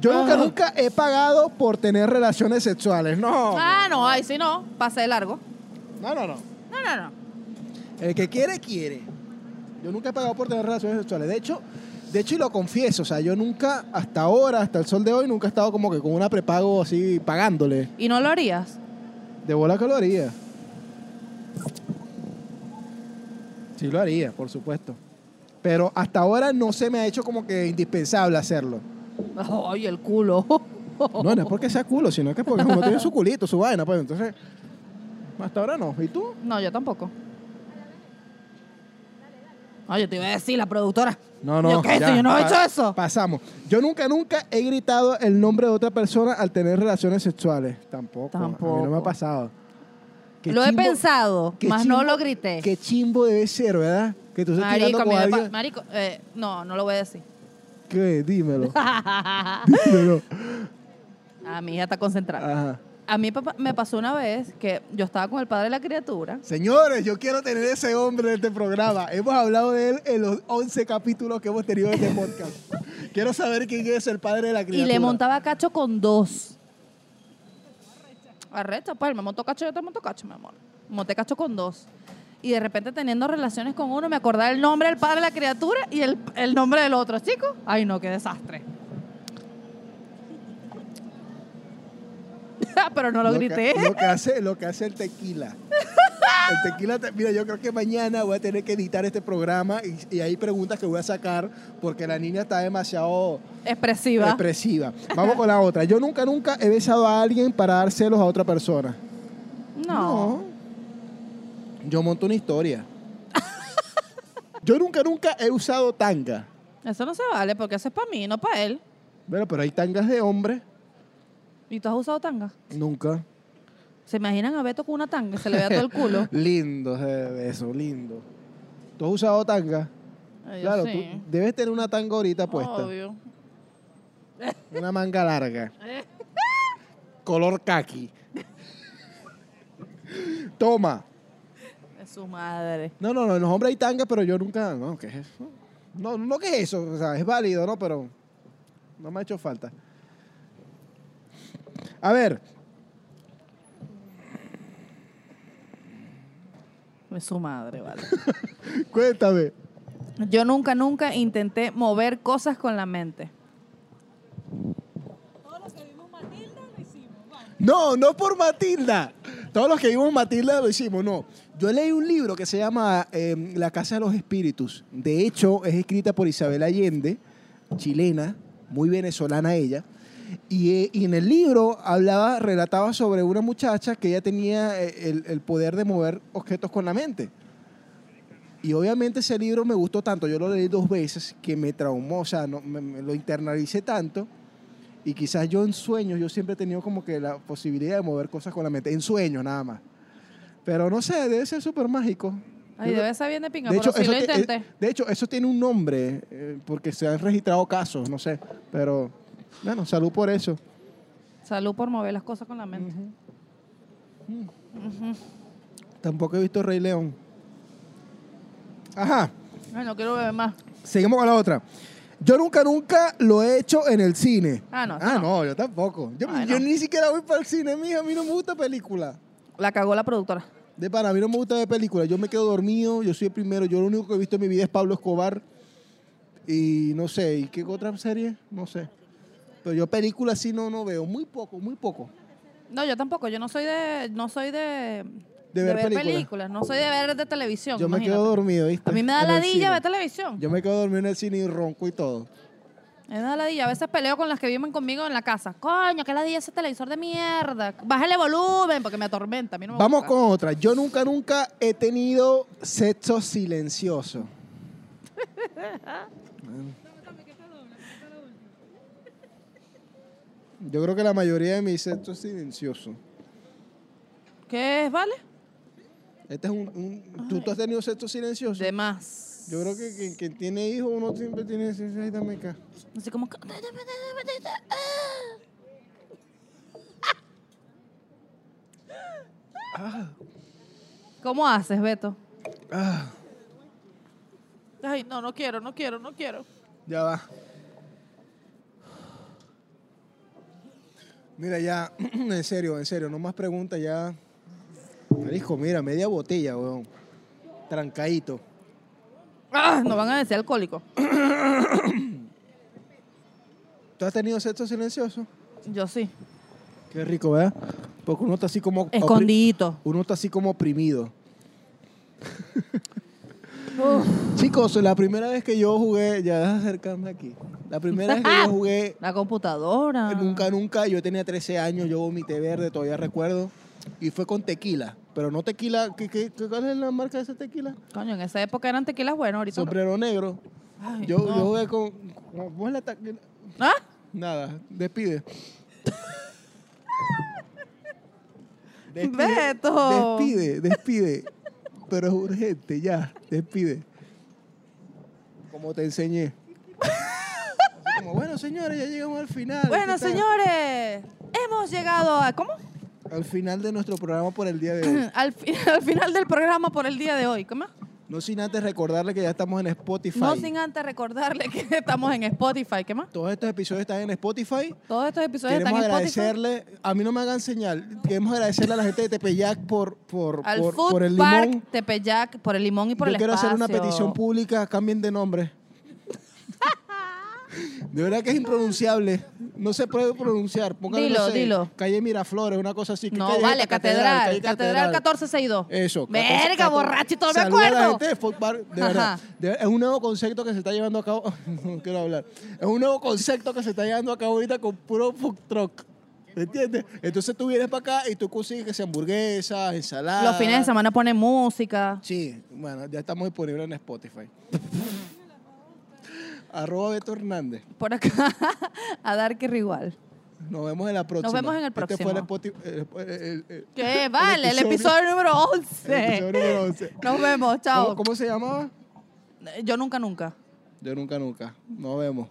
S1: Yo nunca,
S2: Ah.
S1: nunca he pagado por tener relaciones sexuales. No.
S2: Ah, no, ahí sí no. Pasé de largo.
S1: No, no, no.
S2: No, no, no.
S1: El que quiere, quiere. Yo nunca he pagado por tener relaciones sexuales. De hecho, de hecho, y lo confieso, o sea, yo nunca, hasta ahora, hasta el sol de hoy, nunca he estado como que con una prepago así pagándole.
S2: ¿Y no lo harías?
S1: De bola que lo haría. Sí lo haría, por supuesto. Pero hasta ahora no se me ha hecho como que indispensable hacerlo.
S2: Ay, el culo.
S1: No, no es porque sea culo, sino que porque como tiene su culito, su vaina, pues entonces... Hasta ahora no. ¿Y tú?
S2: No, yo tampoco. No, yo te iba a decir, la productora.
S1: No, no.
S2: ¿Yo qué?
S1: ya,
S2: yo no he
S1: pa-
S2: hecho eso.
S1: Pasamos. Yo nunca, nunca he gritado el nombre de otra persona al tener relaciones sexuales. Tampoco. a mí no me ha
S2: Tampoco.
S1: pasado. Qué
S2: lo
S1: chimbo-
S2: he pensado,
S1: qué
S2: más no
S1: chimbo-
S2: lo grité.
S1: Qué chimbo debe ser, ¿verdad? Que tú estás tirando
S2: Marico, a mí
S1: con
S2: me pa-
S1: alguien.
S2: marico, eh, no, no lo voy a decir.
S1: ¿Qué? Dímelo.
S2: a
S1: Dímelo.
S2: mi hija está concentrada.
S1: Ajá.
S2: A mí papá, me pasó una vez que yo estaba con el padre de la criatura.
S1: Señores, yo quiero tener ese hombre en este programa. Hemos hablado de él en los 11 capítulos que hemos tenido de este podcast. quiero saber quién es el padre de la criatura.
S2: Y le montaba cacho con dos. Arrecha, pues, él me montó cacho, yo te monto cacho, mi amor. Monté cacho con dos. Y de repente teniendo relaciones con uno, me acordaba el nombre del padre de la criatura y el, el nombre del otro, chico. Ay, no, qué desastre. Ah, Pero no lo,
S1: que-
S2: grité.
S1: lo que hace, lo que hace el tequila. El tequila, te- mira, yo creo que mañana voy a tener que editar este programa y, y hay preguntas que voy a sacar porque la niña está demasiado
S2: Expresiva.
S1: expresiva. Vamos con la otra. Yo nunca, nunca he besado a alguien para dar celos a otra persona.
S2: no.
S1: Yo monto una historia. Yo nunca, nunca he usado tanga.
S2: Eso no se vale porque eso es para mí, no para él.
S1: Bueno, pero hay tangas de hombre.
S2: ¿Y tú has usado tanga?
S1: Nunca.
S2: ¿Se imaginan a Beto con una tanga? Se le vea todo el culo.
S1: lindo ese beso, lindo. eh, ¿Tú has usado tanga?
S2: Ay, yo
S1: claro,
S2: sí.
S1: tú debes tener una tanga ahorita puesta.
S2: Obvio.
S1: Una manga larga. Color kaki. Toma.
S2: Es su madre.
S1: No, no, no, en los hombres hay tangas, pero yo nunca. No, ¿qué es eso? No, no, ¿qué es eso? O sea, es válido, ¿no? Pero no me ha hecho falta. A ver,
S2: Es su madre, vale.
S1: cuéntame.
S2: Yo nunca, nunca intenté mover cosas con la mente.
S1: No, no por Matilda. Todos los que vimos Matilda lo hicimos, no. Yo leí un libro que se llama eh, La Casa de los Espíritus. De hecho, es escrita por Isabel Allende, chilena, muy venezolana ella. Y, eh, y en el libro hablaba, relataba sobre una muchacha que ella tenía eh, el, el poder de mover objetos con la mente. Y obviamente ese libro me gustó tanto, yo lo leí dos veces, que me traumó, o sea, no, me- me lo internalicé tanto y quizás yo en sueños, yo siempre he tenido como que la posibilidad de mover cosas con la mente. En sueños nada más. Pero no sé, debe ser súper mágico.
S2: Ay,
S1: Yo
S2: debe
S1: no-
S2: ser bien de pinga,
S1: de
S2: pero
S1: hecho,
S2: sí
S1: eso
S2: lo
S1: ti- eh,
S2: intenté.
S1: de hecho, eso tiene un nombre, eh, porque se han registrado casos, no sé. Pero, bueno, salud por eso.
S2: Salud por mover las cosas con la mente.
S1: Tampoco he visto Rey León. Ajá,
S2: Ay, no quiero beber más.
S1: seguimos con la otra. Yo nunca, nunca lo he hecho en el cine.
S2: Ah, no,
S1: Ah,
S2: no.
S1: no, yo tampoco. Yo,
S2: Ay,
S1: yo
S2: no.
S1: ni siquiera voy para el cine, mija. A mí no me gusta película.
S2: La cagó la productora.
S1: De para, a mí no me gusta ver películas. Yo me quedo dormido, yo soy el primero. Yo lo único que he visto en mi vida es Pablo Escobar. Y no sé, ¿y qué otra serie? No sé. Pero yo películas sí no, no veo. Muy poco, muy poco.
S2: No, yo tampoco. Yo no soy de, no soy de,
S1: De ver películas.
S2: No soy de ver de televisión.
S1: yo me
S2: imagínate.
S1: quedo dormido, ¿viste?
S2: A mí me da
S1: En el
S2: ladilla
S1: cine.
S2: ver televisión.
S1: Yo me quedo dormido en el cine y ronco y todo.
S2: A mí me da ladilla. A veces peleo con las que viven conmigo en la casa. Coño, qué ladilla ese televisor de mierda. Bájale volumen porque me atormenta. A mí no me
S1: Vamos
S2: gusta.
S1: con otra. Yo nunca, nunca he tenido sexo silencioso. Bueno. Yo creo que la mayoría de mi sexo es silencioso.
S2: ¿Qué es, vale?
S1: Este es un, un- ¿Tú, tú has tenido sexo silencioso?
S2: De más.
S1: Yo creo que quien, quien tiene hijos, uno siempre tiene ese- ese- ay, dame acá.
S2: Así como. que- Ah. ¿Cómo haces, Beto?
S1: Ah,
S2: Ay, no, no quiero, no quiero, no quiero.
S1: ya va. Mira, ya, en serio, en serio, no más preguntas ya. Marisco, mira, media botella, weón. Trancadito.
S2: Ah, nos van a decir alcohólico.
S1: ¿Tú has tenido sexo silencioso?
S2: Yo sí.
S1: Qué rico, ¿verdad? Porque uno está así como... opri-
S2: Escondidito.
S1: Uno está así como oprimido.
S2: Uf,
S1: Chicos, la primera vez que yo jugué, ya deja acercarme aquí. La primera vez que yo jugué,
S2: la computadora.
S1: nunca, nunca, yo tenía 13 años, yo vomité verde, todavía recuerdo. Y fue con tequila, pero no tequila, ¿qué, qué, qué- cuál es la marca de esa tequila?
S2: Coño, en esa época eran tequilas buenos, ahorita. no.
S1: Sombrero negro.
S2: Ay,
S1: Yo,
S2: no.
S1: yo jugué con... con- ¿cómo es la tequila?
S2: ¿Ah?
S1: Nada, despide.
S2: Beto.
S1: Despide, despide. Pero es urgente, ya, despide. Como te enseñé. Así como, bueno, señores, ya llegamos al final.
S2: Bueno,
S1: Aquí está,
S2: señores, hemos llegado a. ¿Cómo?
S1: Al final de nuestro programa por el día de hoy.
S2: al, fi- al final del programa por el día de hoy. ¿Cómo?
S1: No sin antes recordarle que ya estamos en Spotify.
S2: No sin antes recordarle que estamos en Spotify. ¿Qué más?
S1: Todos estos episodios están en Spotify.
S2: Todos estos episodios
S1: Queremos
S2: están en Spotify.
S1: agradecerle, a mí no me hagan señal, queremos agradecerle a la gente de Tepeyac por, por,
S2: Al
S1: por,
S2: Food
S1: por el
S2: Park
S1: limón.
S2: Tepeyac, por el limón y por
S1: Yo
S2: el
S1: quiero
S2: espacio.
S1: hacer una petición pública, cambien de nombre. De verdad que es impronunciable. No se puede pronunciar. Póngale,
S2: Dilo,
S1: no sé,
S2: dilo.
S1: Calle Miraflores, una cosa así. ¿Qué
S2: No,
S1: calle es
S2: vale,
S1: esta?
S2: catedral.
S1: calle
S2: Catedral, 1462.
S1: Eso. 14,
S2: Verga,
S1: 14.
S2: borracho y todo, me
S1: Saluda a la
S2: acuerdo.
S1: gente de Food Park, de
S2: Ajá.
S1: verdad. De- es un nuevo concepto que se está llevando a cabo. no quiero hablar. Es un nuevo concepto que se está llevando a cabo ahorita con puro food truck. ¿Me entiendes? Entonces tú vienes para acá y tú consigues que sea hamburguesas, ensaladas.
S2: Los fines de semana ponen música.
S1: Sí, bueno, ya estamos disponibles en Spotify. Arroba Beto Hernández.
S2: Por acá, a Darker igual.
S1: Nos vemos en la próxima.
S2: vemos en el
S1: Este fue el
S2: próximo.
S1: Spotify- el- el- el-
S2: Que Eh, vale, el
S1: episodio-
S2: episodio número
S1: el episodio
S2: 11.
S1: número 11.
S2: Nos vemos, chao.
S1: ¿Cómo, ¿Cómo se llamaba?
S2: Yo nunca, nunca.
S1: Yo nunca, nunca. Nos vemos.